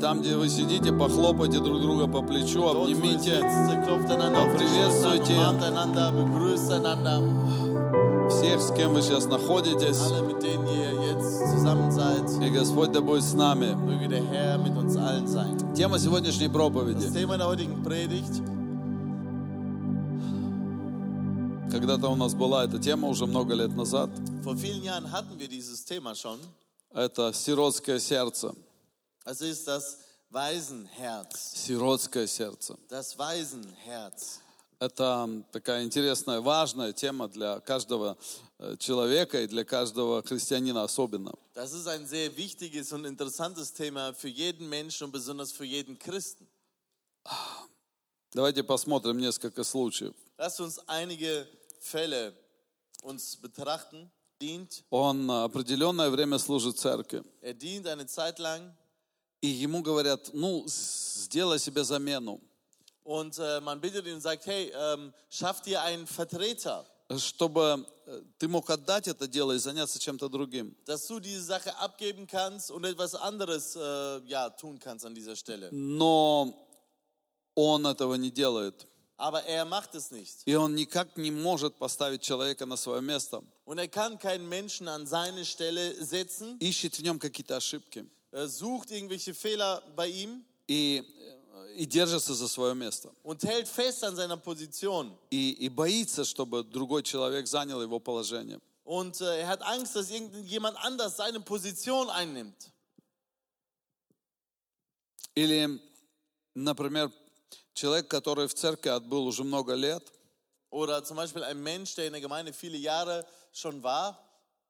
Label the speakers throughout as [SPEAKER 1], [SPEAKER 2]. [SPEAKER 1] Там, где вы сидите, похлопайте друг друга по плечу,
[SPEAKER 2] Dort, wo ihr
[SPEAKER 1] обнимите.
[SPEAKER 2] sitzt, klopft einander auf die Schultern,
[SPEAKER 1] Приветствуйте.
[SPEAKER 2] umarmt einander, begrüßt einander.
[SPEAKER 1] Всех, с кем вы сейчас находитесь.
[SPEAKER 2] Alle, mit denen ihr jetzt zusammen seid,
[SPEAKER 1] И Господь да будет с нами.
[SPEAKER 2] möge der Herr mit uns allen sein.
[SPEAKER 1] Тема сегодняшней
[SPEAKER 2] Das
[SPEAKER 1] проповеди.
[SPEAKER 2] Thema der heutigen Predigt,
[SPEAKER 1] Когда-то у нас была эта тема уже много лет назад.
[SPEAKER 2] vor vielen Jahren hatten wir dieses Thema schon.
[SPEAKER 1] Это сиротское сердце.
[SPEAKER 2] Es ist das Waisenherz.
[SPEAKER 1] Сиротское сердце.
[SPEAKER 2] Das Waisenherz.
[SPEAKER 1] Это такая интересная, важная тема для каждого э, человека и для каждого христианина особенно.
[SPEAKER 2] Das ist ein sehr wichtiges und interessantes Thema für jeden Menschen und besonders für jeden Christen.
[SPEAKER 1] Давайте посмотрим несколько случаев.
[SPEAKER 2] Lasst uns einige Fälle uns betrachten. Dient,
[SPEAKER 1] Он э, определенное время служит церкви.
[SPEAKER 2] er dient eine Zeit lang
[SPEAKER 1] И ему говорят, ну, с- сделай себе замену,
[SPEAKER 2] und äh, man bittet ihn und sagt, hey, ähm, schaff dir einen Vertreter,
[SPEAKER 1] чтобы э, ты мог отдать это дело и заняться чем-то другим.
[SPEAKER 2] dass du diese Sache abgeben kannst und etwas anderes äh, ja, tun kannst an dieser Stelle.
[SPEAKER 1] Но он этого не делает.
[SPEAKER 2] Aber er macht es nicht.
[SPEAKER 1] И он никак не может поставить человека на свое место.
[SPEAKER 2] Und er kann keinen Menschen an seine Stelle setzen,
[SPEAKER 1] Ищет в нем какие-то ошибки.
[SPEAKER 2] äh, sucht irgendwelche Fehler bei ihm
[SPEAKER 1] И, э, и держится за свое место.
[SPEAKER 2] und hält fest an seiner Position.
[SPEAKER 1] И, и боится, чтобы другой человек zaнял его положение.
[SPEAKER 2] Und äh, er hat Angst, dass irgendjemand anders seine Position einnimmt.
[SPEAKER 1] Или, например, человек, который в церкви отбыл уже много лет,
[SPEAKER 2] Oder zum Beispiel ein Mensch, der in der Gemeinde viele Jahre schon war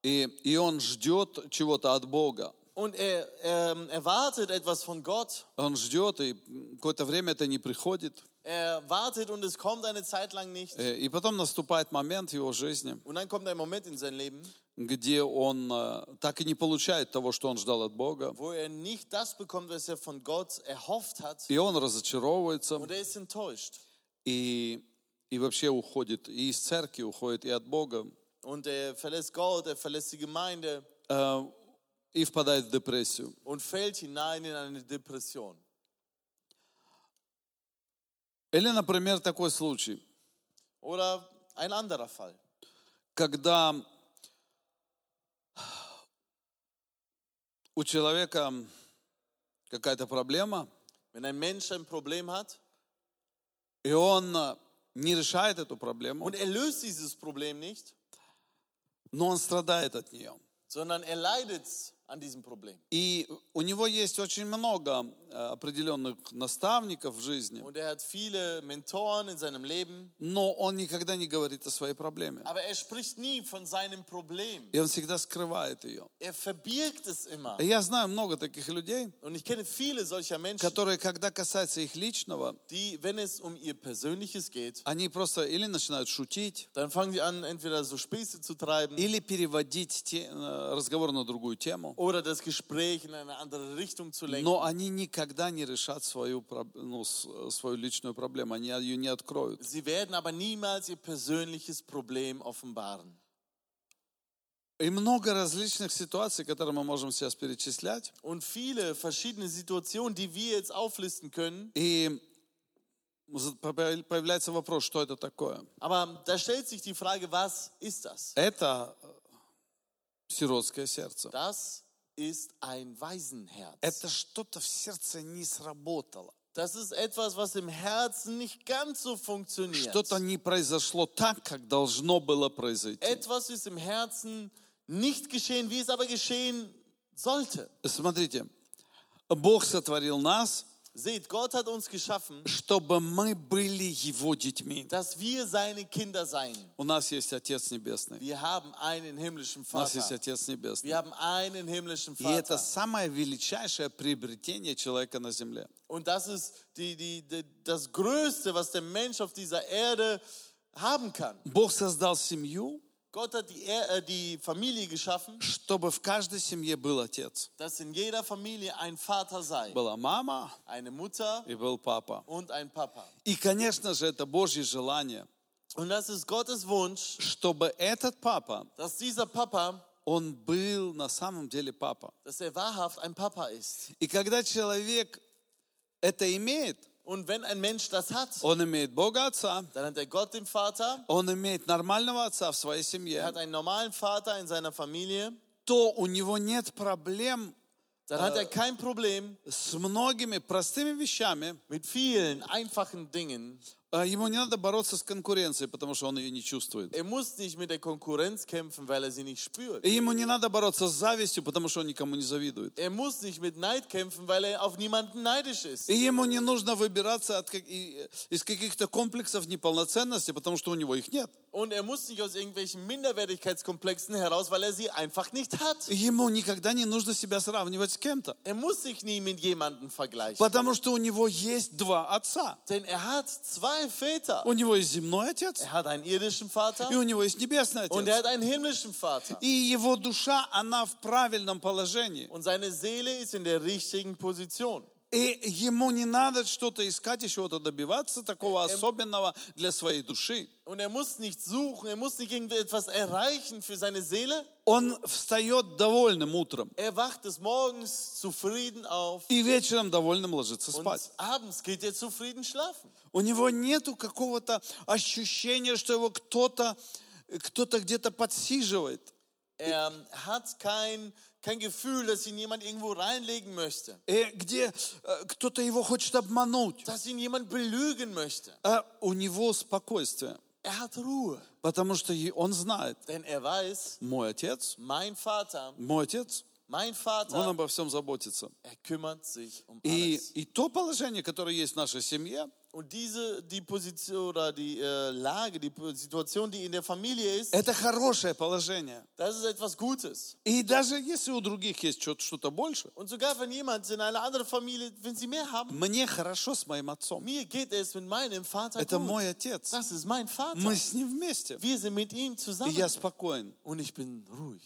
[SPEAKER 1] и, и он ждет чего-то от Бога.
[SPEAKER 2] und er ähm, erwartet etwas von Gott.
[SPEAKER 1] Он ждет, и какое-то время это не приходит.
[SPEAKER 2] Er wartet und es kommt eine Zeit lang nicht.
[SPEAKER 1] Э, И потом наступает момент в его жизни,
[SPEAKER 2] Und dann kommt ein Moment in sein Leben,
[SPEAKER 1] где он э, так и не получает того, что он ждал от Бога.
[SPEAKER 2] wo er nicht das bekommt, was er von Gott erhofft hat.
[SPEAKER 1] И он разочаровывается,
[SPEAKER 2] Und er ist enttäuscht.
[SPEAKER 1] и, и вообще уходит и из церкви, уходит и от Бога,
[SPEAKER 2] Und er verlässt Gott, er verlässt die Gemeinde
[SPEAKER 1] э, и впадает в депрессию.
[SPEAKER 2] und fällt hinein in eine Depression.
[SPEAKER 1] Или, например, такой случай,
[SPEAKER 2] Oder ein anderer Fall.
[SPEAKER 1] когда у человека какая-то проблема,
[SPEAKER 2] Wenn ein Mensch ein Problem hat
[SPEAKER 1] и он э, не решает эту проблему,
[SPEAKER 2] und er löst dieses Problem nicht,
[SPEAKER 1] но он страдает от нее.
[SPEAKER 2] sondern er leidet an diesem Problem.
[SPEAKER 1] И у него есть очень много э, определенных наставников в жизни,
[SPEAKER 2] Und er hat viele Mentoren in seinem Leben,
[SPEAKER 1] но он никогда не говорит о своей проблеме.
[SPEAKER 2] aber er spricht nie von seinem Problem.
[SPEAKER 1] И он всегда скрывает ее.
[SPEAKER 2] Er verbirgt es immer.
[SPEAKER 1] И Я знаю много таких людей,
[SPEAKER 2] Und ich kenne viele solcher Menschen,
[SPEAKER 1] которые, когда касается их личного,
[SPEAKER 2] die, wenn es um ihr Persönliches geht,
[SPEAKER 1] они просто или начинают шутить,
[SPEAKER 2] dann fangen sie an, entweder so Späße zu treiben
[SPEAKER 1] или переводить те- э, разговор на другую тему.
[SPEAKER 2] oder das Gespräch in eine andere Richtung zu lenken.
[SPEAKER 1] Но они никогда не решат свою, проб- ну, с- свою личную проблему, они ее не откроют.
[SPEAKER 2] Sie werden aber niemals ihr persönliches Problem offenbaren.
[SPEAKER 1] И много различных ситуаций, которые мы можем сейчас перечислять.
[SPEAKER 2] Und viele verschiedene Situationen, die wir jetzt auflisten können,
[SPEAKER 1] И за- попа- появляется вопрос, что это такое?
[SPEAKER 2] aber da stellt sich die Frage, was ist das?
[SPEAKER 1] Это э, сиротское сердце.
[SPEAKER 2] Das ist ein Waisenherz.
[SPEAKER 1] Это что-то в сердце не сработало.
[SPEAKER 2] Das ist etwas, was im Herzen nicht ganz so funktioniert.
[SPEAKER 1] Что-то не произошло так, как должно было произойти.
[SPEAKER 2] Etwas ist im Herzen nicht geschehen, wie es aber geschehen sollte.
[SPEAKER 1] Смотрите, Бог сотворил нас,
[SPEAKER 2] Seht, Gott hat uns geschaffen,
[SPEAKER 1] чтобы мы были Его детьми.
[SPEAKER 2] dass wir seine Kinder seien.
[SPEAKER 1] У нас есть Отец Небесный.
[SPEAKER 2] Wir haben einen himmlischen
[SPEAKER 1] У нас есть
[SPEAKER 2] Vater.
[SPEAKER 1] Отец Небесный.
[SPEAKER 2] Wir haben einen himmlischen
[SPEAKER 1] И это
[SPEAKER 2] Vater.
[SPEAKER 1] самое величайшее приобретение человека на земле.
[SPEAKER 2] Und das ist die, die, die, das Größte, was der Mensch auf dieser Erde haben kann.
[SPEAKER 1] Бог создал семью,
[SPEAKER 2] Gott hat die, er äh, die Familie geschaffen,
[SPEAKER 1] чтобы в каждой семье был отец.
[SPEAKER 2] dass in jeder Familie ein Vater sei,
[SPEAKER 1] Была мама
[SPEAKER 2] eine Mutter
[SPEAKER 1] и был папа.
[SPEAKER 2] und ein Papa.
[SPEAKER 1] И, конечно же, это Божье желание,
[SPEAKER 2] Und das ist Gottes Wunsch,
[SPEAKER 1] чтобы этот папа
[SPEAKER 2] dass dieser Papa
[SPEAKER 1] он был на самом деле папа.
[SPEAKER 2] dass er wahrhaft ein Papa ist.
[SPEAKER 1] И когда человек это имеет,
[SPEAKER 2] Und wenn ein Mensch das hat,
[SPEAKER 1] он имеет Бога Отца,
[SPEAKER 2] dann hat er Gott den Vater,
[SPEAKER 1] он имеет нормального отца в своей
[SPEAKER 2] er hat
[SPEAKER 1] семье,
[SPEAKER 2] einen normalen Vater in seiner Familie,
[SPEAKER 1] то у него нет проблем
[SPEAKER 2] dann hat er kein Problem
[SPEAKER 1] с многими простыми вещами.
[SPEAKER 2] mit vielen einfachen Dingen.
[SPEAKER 1] А Ему не надо бороться с конкуренцией, потому что он ее не чувствует.
[SPEAKER 2] Er muss nicht mit der Konkurrenz kämpfen, weil er sie nicht spürt.
[SPEAKER 1] И ему не надо бороться с завистью, потому что он никому не завидует.
[SPEAKER 2] Er muss nicht mit Neid kämpfen, weil er auf niemanden neidisch ist.
[SPEAKER 1] И ему не нужно выбираться от как- и- э, из каких-то комплексов неполноценности, потому что у него их нет.
[SPEAKER 2] Und er muss nicht aus irgendwelchen Minderwertigkeitskomplexen heraus, weil er sie einfach nicht hat.
[SPEAKER 1] И Ему никогда не нужно себя сравнивать с кем-то,
[SPEAKER 2] Er muss sich nie mit jemandem vergleichen.
[SPEAKER 1] потому что у него есть два отца.
[SPEAKER 2] Denn er hat zwei Väter.
[SPEAKER 1] У него есть земной отец,
[SPEAKER 2] Er hat einen irdischen Vater
[SPEAKER 1] и у него есть небесный
[SPEAKER 2] und er
[SPEAKER 1] отец.
[SPEAKER 2] hat einen himmlischen Vater.
[SPEAKER 1] И его душа, она в правильном положении.
[SPEAKER 2] Und seine Seele ist in der richtigen Position.
[SPEAKER 1] И ему не надо что-то искать, еще чего-то добиваться такого особенного для своей души.
[SPEAKER 2] Und er muss nicht suchen, er muss nicht irgendetwas erreichen für seine Seele.
[SPEAKER 1] Он встает довольным утром
[SPEAKER 2] Er wacht des Morgens zufrieden auf
[SPEAKER 1] и вечером довольным ложится
[SPEAKER 2] und
[SPEAKER 1] спать.
[SPEAKER 2] abends geht er zufrieden schlafen.
[SPEAKER 1] У него нету какого-то ощущения, что его кто-то кто-то где-то подсиживает.
[SPEAKER 2] Er hat kein, kein Gefühl, dass ihn jemand irgendwo reinlegen möchte,
[SPEAKER 1] э, где э, кто-то его хочет обмануть.
[SPEAKER 2] dass ihn jemand belügen möchte.
[SPEAKER 1] А у него спокойствие,
[SPEAKER 2] Er hat Ruhe,
[SPEAKER 1] потому что и он знает,
[SPEAKER 2] denn er weiß,
[SPEAKER 1] мой отец,
[SPEAKER 2] mein Vater,
[SPEAKER 1] мой отец,
[SPEAKER 2] mein
[SPEAKER 1] он
[SPEAKER 2] Vater,
[SPEAKER 1] обо всем заботится.
[SPEAKER 2] er kümmert sich um
[SPEAKER 1] И,
[SPEAKER 2] alles.
[SPEAKER 1] и то положение, которое есть в нашей семье,
[SPEAKER 2] Und diese, die Position oder die äh, Lage, die Po- Situation, die in der Familie ist,
[SPEAKER 1] это хорошее положение.
[SPEAKER 2] das ist etwas Gutes.
[SPEAKER 1] И даже если у других есть что-то, что-то больше,
[SPEAKER 2] Und sogar wenn jemand in einer anderen Familie, wenn sie mehr haben,
[SPEAKER 1] мне хорошо с моим отцом.
[SPEAKER 2] mir geht es mit meinem Vater
[SPEAKER 1] Это
[SPEAKER 2] gut.
[SPEAKER 1] мой отец.
[SPEAKER 2] Das ist mein Vater.
[SPEAKER 1] Мы с ним вместе.
[SPEAKER 2] Wir sind mit ihm
[SPEAKER 1] И
[SPEAKER 2] zusammen.
[SPEAKER 1] я спокоен.
[SPEAKER 2] Und ich bin ruhig.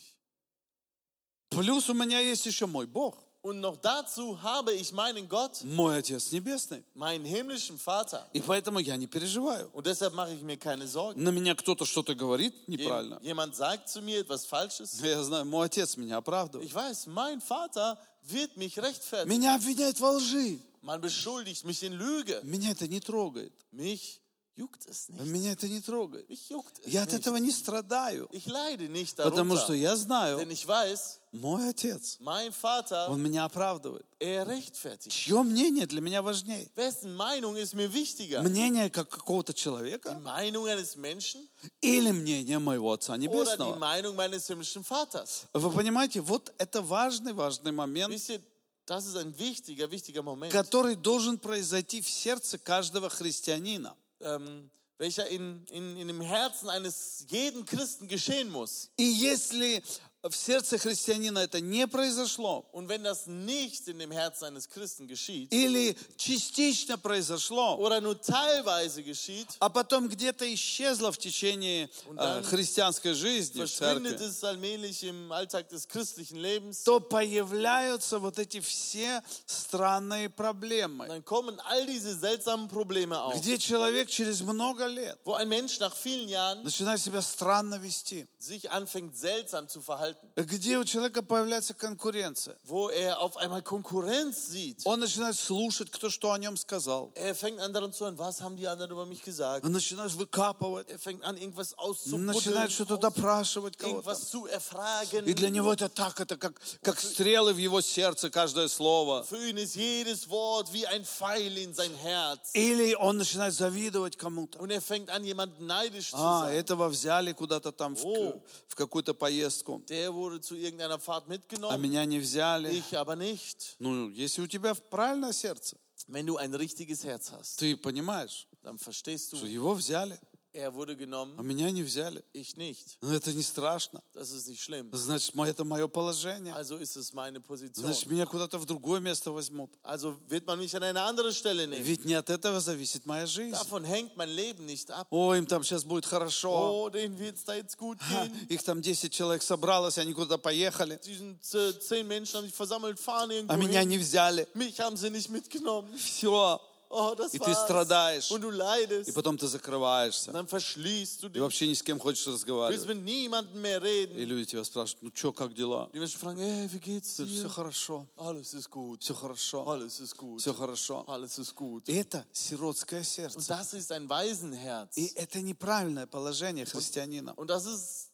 [SPEAKER 1] Плюс у меня есть еще мой Бог,
[SPEAKER 2] Und noch dazu habe ich meinen Gott,
[SPEAKER 1] мой Отец Небесный.
[SPEAKER 2] meinen himmlischen Vater.
[SPEAKER 1] И поэтому я не переживаю.
[SPEAKER 2] Und deshalb mache ich mir keine Sorgen.
[SPEAKER 1] На меня кто-то что-то говорит неправильно.
[SPEAKER 2] Jem- Jemand sagt zu mir etwas Falsches.
[SPEAKER 1] Я знаю, мой отец меня оправдывает.
[SPEAKER 2] Ich weiß, mein Vater wird mich rechtfertigen.
[SPEAKER 1] Меня обвиняют во лжи.
[SPEAKER 2] Man beschuldigt mich in Lüge.
[SPEAKER 1] Меня это не трогает.
[SPEAKER 2] Mich juckt es nicht.
[SPEAKER 1] Меня это не трогает.
[SPEAKER 2] Mich juckt es
[SPEAKER 1] Я от
[SPEAKER 2] nicht.
[SPEAKER 1] этого не страдаю.
[SPEAKER 2] Ich leide nicht
[SPEAKER 1] Потому что
[SPEAKER 2] darunter.
[SPEAKER 1] я знаю,
[SPEAKER 2] Denn ich weiß,
[SPEAKER 1] мой отец,
[SPEAKER 2] mein Vater,
[SPEAKER 1] он меня оправдывает.
[SPEAKER 2] er rechtfertigt.
[SPEAKER 1] Чье мнение для меня важнее?
[SPEAKER 2] Wessen Meinung ist mir wichtiger?
[SPEAKER 1] Мнение как какого-то
[SPEAKER 2] Die
[SPEAKER 1] человека
[SPEAKER 2] Meinung eines Menschen
[SPEAKER 1] или мнение моего Отца
[SPEAKER 2] oder die
[SPEAKER 1] Небесного?
[SPEAKER 2] Meinung meines himmlischen Vaters?
[SPEAKER 1] Вы понимаете, вот это важный, важный момент,
[SPEAKER 2] Wisst ihr, das ist ein wichtiger, wichtiger Moment,
[SPEAKER 1] который должен произойти в сердце каждого христианина.
[SPEAKER 2] ähm, welcher in, in, in dem Herzen eines jeden Christen geschehen muss.
[SPEAKER 1] И если в сердце христианина это не произошло,
[SPEAKER 2] Und wenn das nicht in dem Herzen eines Christen geschieht
[SPEAKER 1] или частично произошло,
[SPEAKER 2] oder nur teilweise geschieht,
[SPEAKER 1] а потом где-то исчезло в течение э, христианской жизни в
[SPEAKER 2] verschwindet
[SPEAKER 1] церкви,
[SPEAKER 2] es allmählich im Alltag des christlichen Lebens.
[SPEAKER 1] то появляются вот эти все странные проблемы,
[SPEAKER 2] Dann kommen all diese seltsamen Probleme auf,
[SPEAKER 1] где человек через много лет
[SPEAKER 2] wo ein Mensch nach vielen Jahren
[SPEAKER 1] начинает себя странно вести,
[SPEAKER 2] sich anfängt seltsam zu verhalten,
[SPEAKER 1] где у человека появляется конкуренция.
[SPEAKER 2] wo er auf einmal Konkurrenz sieht.
[SPEAKER 1] Он начинает слушать, кто что о нем сказал.
[SPEAKER 2] Er fängt an daran zu hören, was haben die anderen über mich gesagt?
[SPEAKER 1] Он начинает выкапывать,
[SPEAKER 2] Er fängt an, irgendwas
[SPEAKER 1] начинает что-то
[SPEAKER 2] auszubuddeln,
[SPEAKER 1] допрашивать кого-то.
[SPEAKER 2] irgendwas zu erfragen.
[SPEAKER 1] И для него это так, это как, как стрелы в его сердце, каждое слово.
[SPEAKER 2] Für ihn ist jedes Wort wie ein Pfeil in sein Herz.
[SPEAKER 1] Или он начинает завидовать кому-то.
[SPEAKER 2] Und er fängt an, jemanden neidisch zu
[SPEAKER 1] А,
[SPEAKER 2] sein.
[SPEAKER 1] этого взяли куда-то там в,
[SPEAKER 2] О.
[SPEAKER 1] в какую-то поездку,
[SPEAKER 2] Der wurde zu irgendeiner Fahrt
[SPEAKER 1] а
[SPEAKER 2] mitgenommen,
[SPEAKER 1] меня не взяли.
[SPEAKER 2] ich aber nicht.
[SPEAKER 1] Ну, если у тебя правильное сердце,
[SPEAKER 2] Wenn du ein richtiges Herz hast,
[SPEAKER 1] ты понимаешь,
[SPEAKER 2] dann verstehst
[SPEAKER 1] что
[SPEAKER 2] du,
[SPEAKER 1] его взяли,
[SPEAKER 2] er wurde
[SPEAKER 1] а
[SPEAKER 2] genommen,
[SPEAKER 1] меня не взяли.
[SPEAKER 2] ich nicht.
[SPEAKER 1] Но это не страшно.
[SPEAKER 2] Das ist nicht schlimm.
[SPEAKER 1] Значит, мо- это мое положение.
[SPEAKER 2] Also ist es meine
[SPEAKER 1] Значит,
[SPEAKER 2] Position.
[SPEAKER 1] меня куда-то в другое место возьмут.
[SPEAKER 2] Also wird man mich an eine andere Stelle nehmen.
[SPEAKER 1] Ведь не от этого зависит моя жизнь.
[SPEAKER 2] Davon hängt mein Leben nicht ab.
[SPEAKER 1] О, им там сейчас будет хорошо.
[SPEAKER 2] Oh, denen wird es da jetzt gut
[SPEAKER 1] Ха,
[SPEAKER 2] gehen.
[SPEAKER 1] Их там 10 человек собралось, они куда-то поехали.
[SPEAKER 2] Diesen äh, zehn Menschen haben sich versammelt, fahren irgendwo
[SPEAKER 1] а меня
[SPEAKER 2] hin.
[SPEAKER 1] не взяли.
[SPEAKER 2] Mich haben sie nicht mitgenommen.
[SPEAKER 1] Все.
[SPEAKER 2] oh, das
[SPEAKER 1] И ты
[SPEAKER 2] war's.
[SPEAKER 1] страдаешь.
[SPEAKER 2] Und du leidest.
[SPEAKER 1] И потом ты закрываешься.
[SPEAKER 2] dann verschließt du
[SPEAKER 1] И
[SPEAKER 2] dich.
[SPEAKER 1] вообще ни с кем хочешь
[SPEAKER 2] willst
[SPEAKER 1] разговаривать.
[SPEAKER 2] mit niemandem mehr
[SPEAKER 1] И
[SPEAKER 2] reden.
[SPEAKER 1] люди тебя спрашивают, ну что, как дела?
[SPEAKER 2] Die Menschen fragen, hey, wie geht's
[SPEAKER 1] Все
[SPEAKER 2] dir?
[SPEAKER 1] хорошо,
[SPEAKER 2] Alles ist gut.
[SPEAKER 1] все хорошо,
[SPEAKER 2] Alles ist gut.
[SPEAKER 1] все хорошо.
[SPEAKER 2] Alles ist gut.
[SPEAKER 1] И это сиротское сердце.
[SPEAKER 2] Und das ist ein Waisenherz.
[SPEAKER 1] И это неправильное положение христианина.
[SPEAKER 2] Und das ist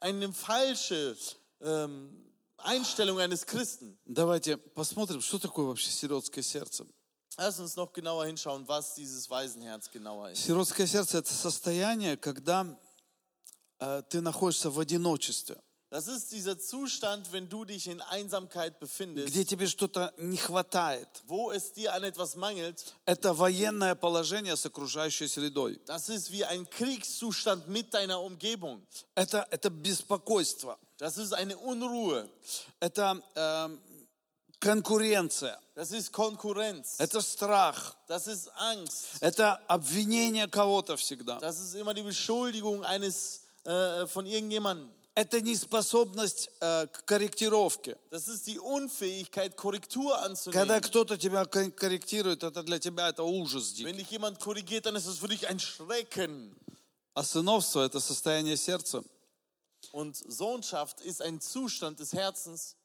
[SPEAKER 2] eine falsche ähm, Einstellung eines Christen.
[SPEAKER 1] Давайте посмотрим, что такое вообще сиротское сердце.
[SPEAKER 2] Lass uns noch genauer hinschauen, was dieses Waisenherz genauer ist.
[SPEAKER 1] Сиротское сердце – это состояние, когда э, ты находишься в одиночестве,
[SPEAKER 2] Das ist dieser Zustand, wenn du dich in Einsamkeit befindest,
[SPEAKER 1] где тебе что-то не хватает.
[SPEAKER 2] wo es dir an etwas mangelt.
[SPEAKER 1] Это военное положение с окружающей средой.
[SPEAKER 2] Das ist wie ein Kriegszustand mit deiner Umgebung.
[SPEAKER 1] Это, это беспокойство,
[SPEAKER 2] Das ist eine Unruhe.
[SPEAKER 1] это эм, конкуренция,
[SPEAKER 2] Das ist Konkurrenz.
[SPEAKER 1] это страх,
[SPEAKER 2] Das ist Angst.
[SPEAKER 1] это обвинение кого-то всегда,
[SPEAKER 2] Das ist immer die Beschuldigung eines äh, von irgendjemandem.
[SPEAKER 1] это неспособность э, к корректировке.
[SPEAKER 2] Das ist die Unfähigkeit, Korrektur
[SPEAKER 1] Когда
[SPEAKER 2] anzunehmen.
[SPEAKER 1] кто-то тебя кон- корректирует, это для тебя это ужас дикий.
[SPEAKER 2] Wenn dich jemand korrigiert, dann ist es für dich ein Schrecken.
[SPEAKER 1] А сыновство – это состояние сердца,
[SPEAKER 2] Und Sohnschaft ist ein Zustand des Herzens,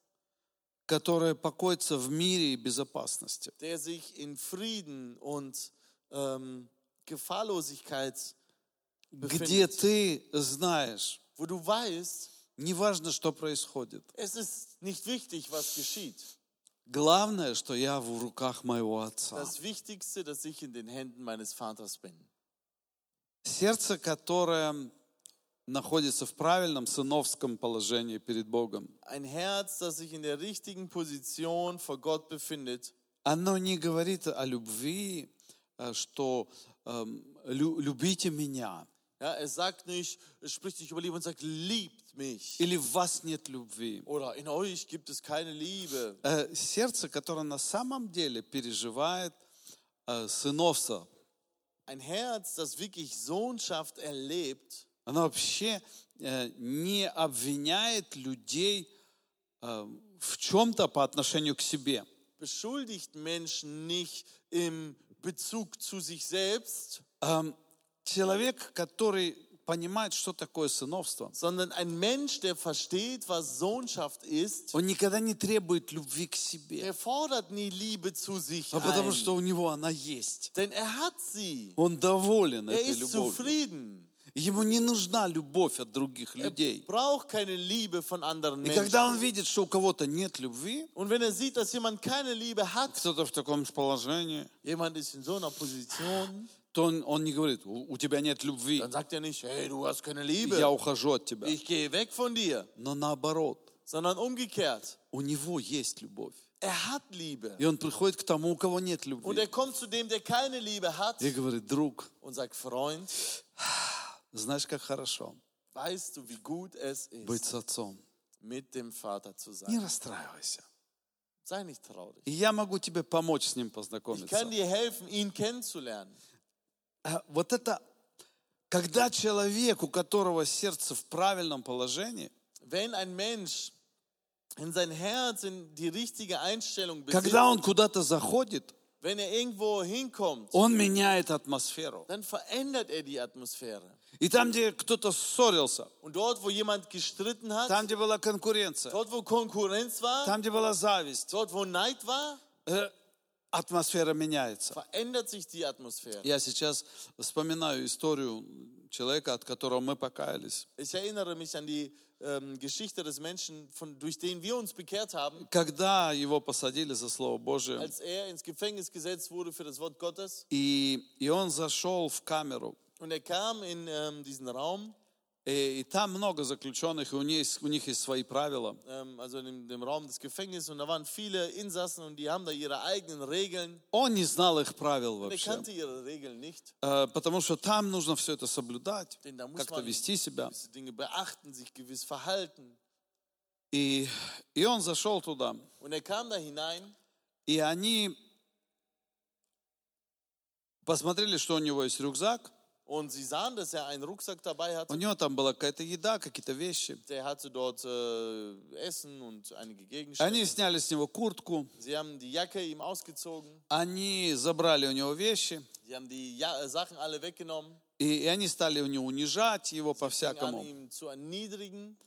[SPEAKER 1] которое покоится в мире и безопасности.
[SPEAKER 2] der sich in Frieden und ähm, Gefahrlosigkeit
[SPEAKER 1] Где
[SPEAKER 2] befindet.
[SPEAKER 1] ты знаешь,
[SPEAKER 2] Wo du weißt,
[SPEAKER 1] неважно, что происходит,
[SPEAKER 2] es ist nicht wichtig, was geschieht.
[SPEAKER 1] главное, что я в руках моего Отца.
[SPEAKER 2] Das Wichtigste, dass ich in den Händen meines Vaters bin.
[SPEAKER 1] Сердце, которое находится в правильном сыновском положении перед Богом,
[SPEAKER 2] Ein Herz, das sich in der richtigen Position vor Gott befindet,
[SPEAKER 1] оно не говорит о любви, э, что эм, «Лю- любите меня,
[SPEAKER 2] Ja, es sagt nicht, es spricht nicht über Liebe und sagt, liebt mich.
[SPEAKER 1] или в вас нет любви.
[SPEAKER 2] Oder in euch gibt es keine Liebe.
[SPEAKER 1] Э, Сердце, которое на самом деле переживает э, сыновство,
[SPEAKER 2] Ein Herz, das wirklich Sohnschaft erlebt,
[SPEAKER 1] оно вообще э, не обвиняет людей э, в чем-то по отношению к себе.
[SPEAKER 2] beschuldigt Menschen nicht im Bezug zu sich selbst,
[SPEAKER 1] Эм, Человек, который понимает, что такое сыновство,
[SPEAKER 2] sondern ein Mensch, der versteht, was Sohnschaft ist,
[SPEAKER 1] он никогда не требует любви к себе,
[SPEAKER 2] der fordert nie Liebe zu sich
[SPEAKER 1] а потому
[SPEAKER 2] ein.
[SPEAKER 1] что у него она есть.
[SPEAKER 2] Denn er hat sie.
[SPEAKER 1] Он доволен
[SPEAKER 2] Er
[SPEAKER 1] этой
[SPEAKER 2] ist
[SPEAKER 1] любовью.
[SPEAKER 2] zufrieden.
[SPEAKER 1] Ему не нужна любовь от других
[SPEAKER 2] Er
[SPEAKER 1] людей.
[SPEAKER 2] braucht keine Liebe von anderen
[SPEAKER 1] И когда
[SPEAKER 2] Menschen.
[SPEAKER 1] он видит, что у кого-то нет любви,
[SPEAKER 2] Und wenn er sieht, dass jemand keine Liebe hat,
[SPEAKER 1] кто-то в таком же положении,
[SPEAKER 2] jemand ist in so einer Position,
[SPEAKER 1] то он, он не говорит, у, у тебя нет любви,
[SPEAKER 2] dann sagt er nicht, hey, du hast keine
[SPEAKER 1] я
[SPEAKER 2] Liebe,
[SPEAKER 1] ухожу от тебя.
[SPEAKER 2] ich gehe weg von dir,
[SPEAKER 1] Но наоборот,
[SPEAKER 2] sondern umgekehrt.
[SPEAKER 1] у него есть любовь.
[SPEAKER 2] Er hat Liebe.
[SPEAKER 1] И он приходит к тому, у кого нет
[SPEAKER 2] Und
[SPEAKER 1] любви.
[SPEAKER 2] er kommt zu dem, der keine Liebe hat
[SPEAKER 1] И говорит, друг,
[SPEAKER 2] und sagt, Freund,
[SPEAKER 1] знаешь, как хорошо
[SPEAKER 2] weißt du, wie gut es
[SPEAKER 1] быть
[SPEAKER 2] ist,
[SPEAKER 1] с отцом.
[SPEAKER 2] mit dem Vater zu sein.
[SPEAKER 1] Не расстраивайся.
[SPEAKER 2] Sei nicht traurig.
[SPEAKER 1] И я могу тебе помочь с ним
[SPEAKER 2] Ich kann
[SPEAKER 1] познакомиться.
[SPEAKER 2] dir helfen, ihn kennenzulernen.
[SPEAKER 1] А Вот это, когда человек, у которого сердце в правильном положении,
[SPEAKER 2] Wenn ein Mensch in sein Herz in die richtige Einstellung besitzt,
[SPEAKER 1] когда он куда-то заходит,
[SPEAKER 2] wenn er irgendwo hinkommt,
[SPEAKER 1] он меняет атмосферу.
[SPEAKER 2] dann verändert er die Atmosphäre.
[SPEAKER 1] И там, где кто-то ссорился,
[SPEAKER 2] Und dort, wo jemand gestritten hat,
[SPEAKER 1] там, где была конкуренция,
[SPEAKER 2] dort, wo Konkurrenz war,
[SPEAKER 1] там, где была зависть,
[SPEAKER 2] dort, wo Neid war,
[SPEAKER 1] э, атмосфера меняется.
[SPEAKER 2] verändert sich die Atmosphäre.
[SPEAKER 1] Я сейчас вспоминаю историю человека, от которого мы покаялись.
[SPEAKER 2] Ich erinnere mich an die ähm, Geschichte des Menschen, von, durch den wir uns bekehrt haben,
[SPEAKER 1] Когда его посадили за Слово Божие,
[SPEAKER 2] als er ins Gefängnis gesetzt wurde für das Wort Gottes.
[SPEAKER 1] и, и он зашел в камеру,
[SPEAKER 2] Und er kam in ähm, diesen Raum,
[SPEAKER 1] Э, и, и там много заключенных, и у них, у них есть свои правила.
[SPEAKER 2] ähm, also in dem, dem Raum des Gefängnisses, und da waren viele Insassen und die haben da ihre eigenen Regeln.
[SPEAKER 1] Он не знал их правил
[SPEAKER 2] Und er
[SPEAKER 1] вообще,
[SPEAKER 2] kannte ihre Regeln nicht,
[SPEAKER 1] э, потому что там нужно все это соблюдать,
[SPEAKER 2] denn da muss
[SPEAKER 1] как-то
[SPEAKER 2] man
[SPEAKER 1] вести себя.
[SPEAKER 2] gewisse Dinge beachten, sich gewiss verhalten.
[SPEAKER 1] И, и он зашел туда,
[SPEAKER 2] Und er kam da hinein
[SPEAKER 1] и они посмотрели, что у него есть рюкзак,
[SPEAKER 2] Und sie sahen, dass er einen Rucksack dabei
[SPEAKER 1] У
[SPEAKER 2] hatte.
[SPEAKER 1] него там была какая-то еда, какие-то вещи.
[SPEAKER 2] Der hatte dort äh, Essen und einige Gegenstände.
[SPEAKER 1] Они сняли с него куртку,
[SPEAKER 2] Sie haben die Jacke ihm ausgezogen.
[SPEAKER 1] они забрали у него вещи,
[SPEAKER 2] Sie haben die ja äh, Sachen alle weggenommen.
[SPEAKER 1] и, и они стали у него унижать его
[SPEAKER 2] Fingen an,
[SPEAKER 1] по-всякому.
[SPEAKER 2] ihn zu erniedrigen.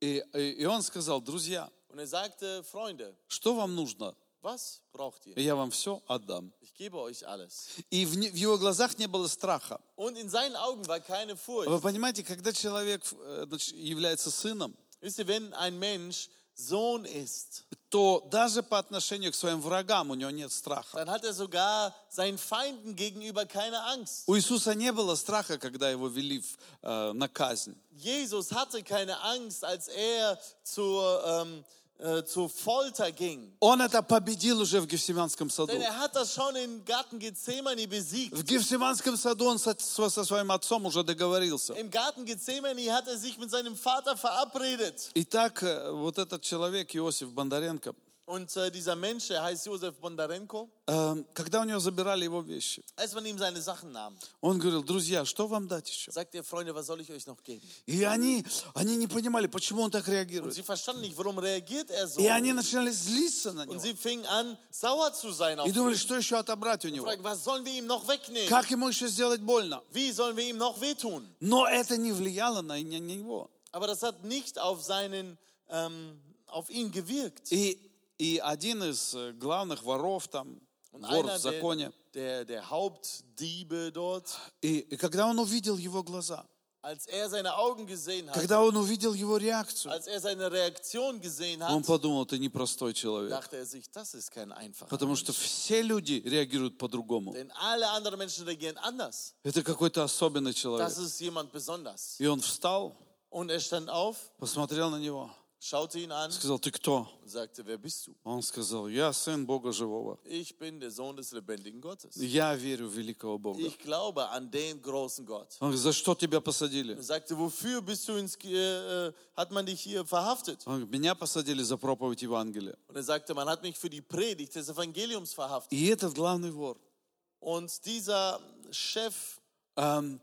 [SPEAKER 1] И, и, и он сказал, друзья,
[SPEAKER 2] Und er sagte, Freunde,
[SPEAKER 1] что вам нужно?
[SPEAKER 2] was braucht ihr?
[SPEAKER 1] Я вам все отдам.
[SPEAKER 2] Ich gebe euch alles.
[SPEAKER 1] И в, не- в его глазах не было страха.
[SPEAKER 2] Und in seinen Augen war keine
[SPEAKER 1] Вы
[SPEAKER 2] Furcht.
[SPEAKER 1] понимаете, когда человек э, нач- является sыном,
[SPEAKER 2] Wisst ihr, wenn ein Mensch Sohn ist,
[SPEAKER 1] то даже по отношению к своим врагам у него нет страха.
[SPEAKER 2] dann hat er sogar seinen Feinden gegenüber keine Angst.
[SPEAKER 1] У Иисуса не было страха, когда его вели в, э, на казнь.
[SPEAKER 2] Jesus hatte keine Angst, als er zur, ähm, äh, zur Folter ging.
[SPEAKER 1] Он это победил уже в Гефсиманском саду.
[SPEAKER 2] Denn er hat das schon im Garten Gethsemane
[SPEAKER 1] В
[SPEAKER 2] besiegt.
[SPEAKER 1] Гефсиманском саду он со, со- со своим отцом уже договорился.
[SPEAKER 2] Im Garten Gethsemane hat er sich mit seinem Vater verabredet.
[SPEAKER 1] Итак, э, вот этот человек, Иосиф Бондаренко,
[SPEAKER 2] Und äh, dieser Mensch, der heißt Josef Bondarenko,
[SPEAKER 1] э, когда у него забирали его вещи,
[SPEAKER 2] als man ihm seine Sachen nahm,
[SPEAKER 1] он говорил, друзья, что вам дать еще?
[SPEAKER 2] sagt er, Freunde, was soll ich euch noch geben?
[SPEAKER 1] И они, они не понимали, почему он так
[SPEAKER 2] Und
[SPEAKER 1] реагирует.
[SPEAKER 2] sie verstanden nicht, warum reagiert er so.
[SPEAKER 1] И они начинали злиться на
[SPEAKER 2] Und
[SPEAKER 1] него.
[SPEAKER 2] sie fingen an, sauer zu sein auf
[SPEAKER 1] И
[SPEAKER 2] ihn.
[SPEAKER 1] думали, что еще отобрать у него?
[SPEAKER 2] Fragen, was sollen wir ihm noch wegnehmen?
[SPEAKER 1] Как ему еще сделать больно?
[SPEAKER 2] Wie sollen wir ihm noch wehtun?
[SPEAKER 1] Но это не влияло на на него.
[SPEAKER 2] Aber das hat nicht auf seinen, ähm, auf ihn gewirkt.
[SPEAKER 1] И, и один из э, главных воров там,
[SPEAKER 2] Und
[SPEAKER 1] вор в
[SPEAKER 2] einer der,
[SPEAKER 1] законе,
[SPEAKER 2] der, der Hauptdiebe dort,
[SPEAKER 1] и, и когда он увидел его глаза,
[SPEAKER 2] als er seine Augen gesehen hat,
[SPEAKER 1] когда он увидел его реакцию,
[SPEAKER 2] als er seine Reaktion gesehen
[SPEAKER 1] он
[SPEAKER 2] hat,
[SPEAKER 1] подумал, ты непростой человек.
[SPEAKER 2] dachte er sich, das ist kein einfacher.
[SPEAKER 1] Потому что все люди реагируют по-другому.
[SPEAKER 2] Denn alle anderen Menschen reagieren anders.
[SPEAKER 1] Это какой-то особенный человек.
[SPEAKER 2] Das ist jemand besonders.
[SPEAKER 1] И он встал,
[SPEAKER 2] Und er stand auf,
[SPEAKER 1] посмотрел на него,
[SPEAKER 2] schaute ihn an
[SPEAKER 1] сказал, ты кто?
[SPEAKER 2] und sagte, wer bist du?
[SPEAKER 1] Он сказал, я сын Бога живого.
[SPEAKER 2] Ich bin der Sohn des lebendigen Gottes.
[SPEAKER 1] Я верю в великого Бога.
[SPEAKER 2] Ich glaube an den großen Gott.
[SPEAKER 1] Он говорит, за что тебя посадили?
[SPEAKER 2] Er sagte, wofür bist du ins, äh, äh, hat man dich hier verhaftet?
[SPEAKER 1] Он говорит, меня посадили за проповедь Евангелия.
[SPEAKER 2] Und er sagte, man hat mich für die Predigt des Evangeliums verhaftet.
[SPEAKER 1] И этот главный вор,
[SPEAKER 2] Und dieser Chef,
[SPEAKER 1] эм,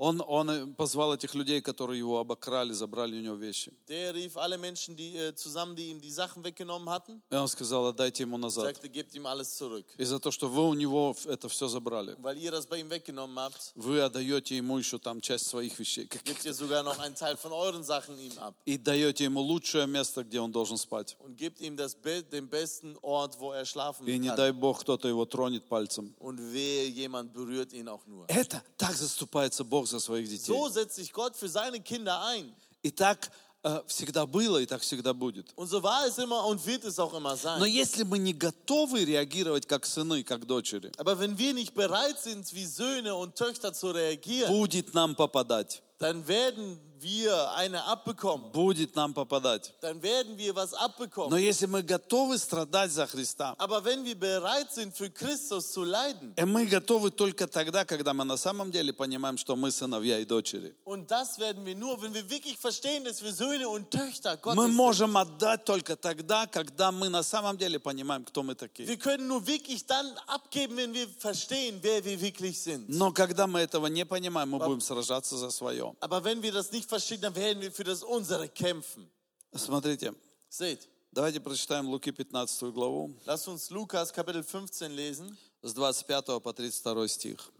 [SPEAKER 1] он, он э, позвал этих людей, которые его обокрали, забрали у него вещи.
[SPEAKER 2] der rief alle Menschen die, äh, zusammen, die ihm die Sachen weggenommen hatten,
[SPEAKER 1] И он сказал, отдайте ему назад.
[SPEAKER 2] sagte, gebt ihm alles zurück.
[SPEAKER 1] И за то, что вы у него в- это все забрали,
[SPEAKER 2] Weil ihr das bei ihm weggenommen habt,
[SPEAKER 1] вы отдаете ему еще там часть своих вещей. Как-
[SPEAKER 2] gebt ihr sogar noch einen Teil von euren Sachen ihm ab.
[SPEAKER 1] И даете ему лучшее место, где он должен спать.
[SPEAKER 2] Und gebt ihm das Be den besten Ort, wo er schlafen
[SPEAKER 1] И не
[SPEAKER 2] kann.
[SPEAKER 1] дай Бог, кто-то его тронет пальцем.
[SPEAKER 2] Und wehe, jemand berührt ihn auch nur.
[SPEAKER 1] Это так заступается Бог за своих детей.
[SPEAKER 2] So setzt sich Gott für seine Kinder ein.
[SPEAKER 1] И так э, всегда было, и так всегда будет.
[SPEAKER 2] Und so war es immer und wird es auch immer sein.
[SPEAKER 1] Но если мы не готовы реагировать как сыны, как дочери,
[SPEAKER 2] Aber wenn wir nicht bereit sind, wie Söhne und Töchter zu reagieren,
[SPEAKER 1] будет нам попадать.
[SPEAKER 2] dann werden wir eine abbekommen.
[SPEAKER 1] Будет нам попадать.
[SPEAKER 2] Dann werden wir was
[SPEAKER 1] Но
[SPEAKER 2] abbekommen.
[SPEAKER 1] если мы готовы страдать за Христа,
[SPEAKER 2] Aber wenn wir bereit sind, für Christus zu leiden,
[SPEAKER 1] э, мы готовы только тогда, когда мы на самом деле понимаем, что мы сыновья и дочери.
[SPEAKER 2] und das werden wir nur, wenn wir wirklich verstehen, dass wir Söhne und Töchter Gottes
[SPEAKER 1] Мы
[SPEAKER 2] sind.
[SPEAKER 1] можем отдать только тогда, когда мы на самом деле понимаем, кто мы такие.
[SPEAKER 2] Wir können nur wirklich dann abgeben, wenn wir verstehen, wer wir wirklich sind.
[SPEAKER 1] Но когда мы этого не понимаем, мы будем сражаться за свое.
[SPEAKER 2] Aber wenn wir das nicht verstehen, dann werden wir für das Unsere kämpfen.
[SPEAKER 1] Смотрите,
[SPEAKER 2] Seht,
[SPEAKER 1] давайте прочитаем Луки 15 главу
[SPEAKER 2] lasst uns Lukas Kapitel 15 lesen,
[SPEAKER 1] с 25 по 32 стих.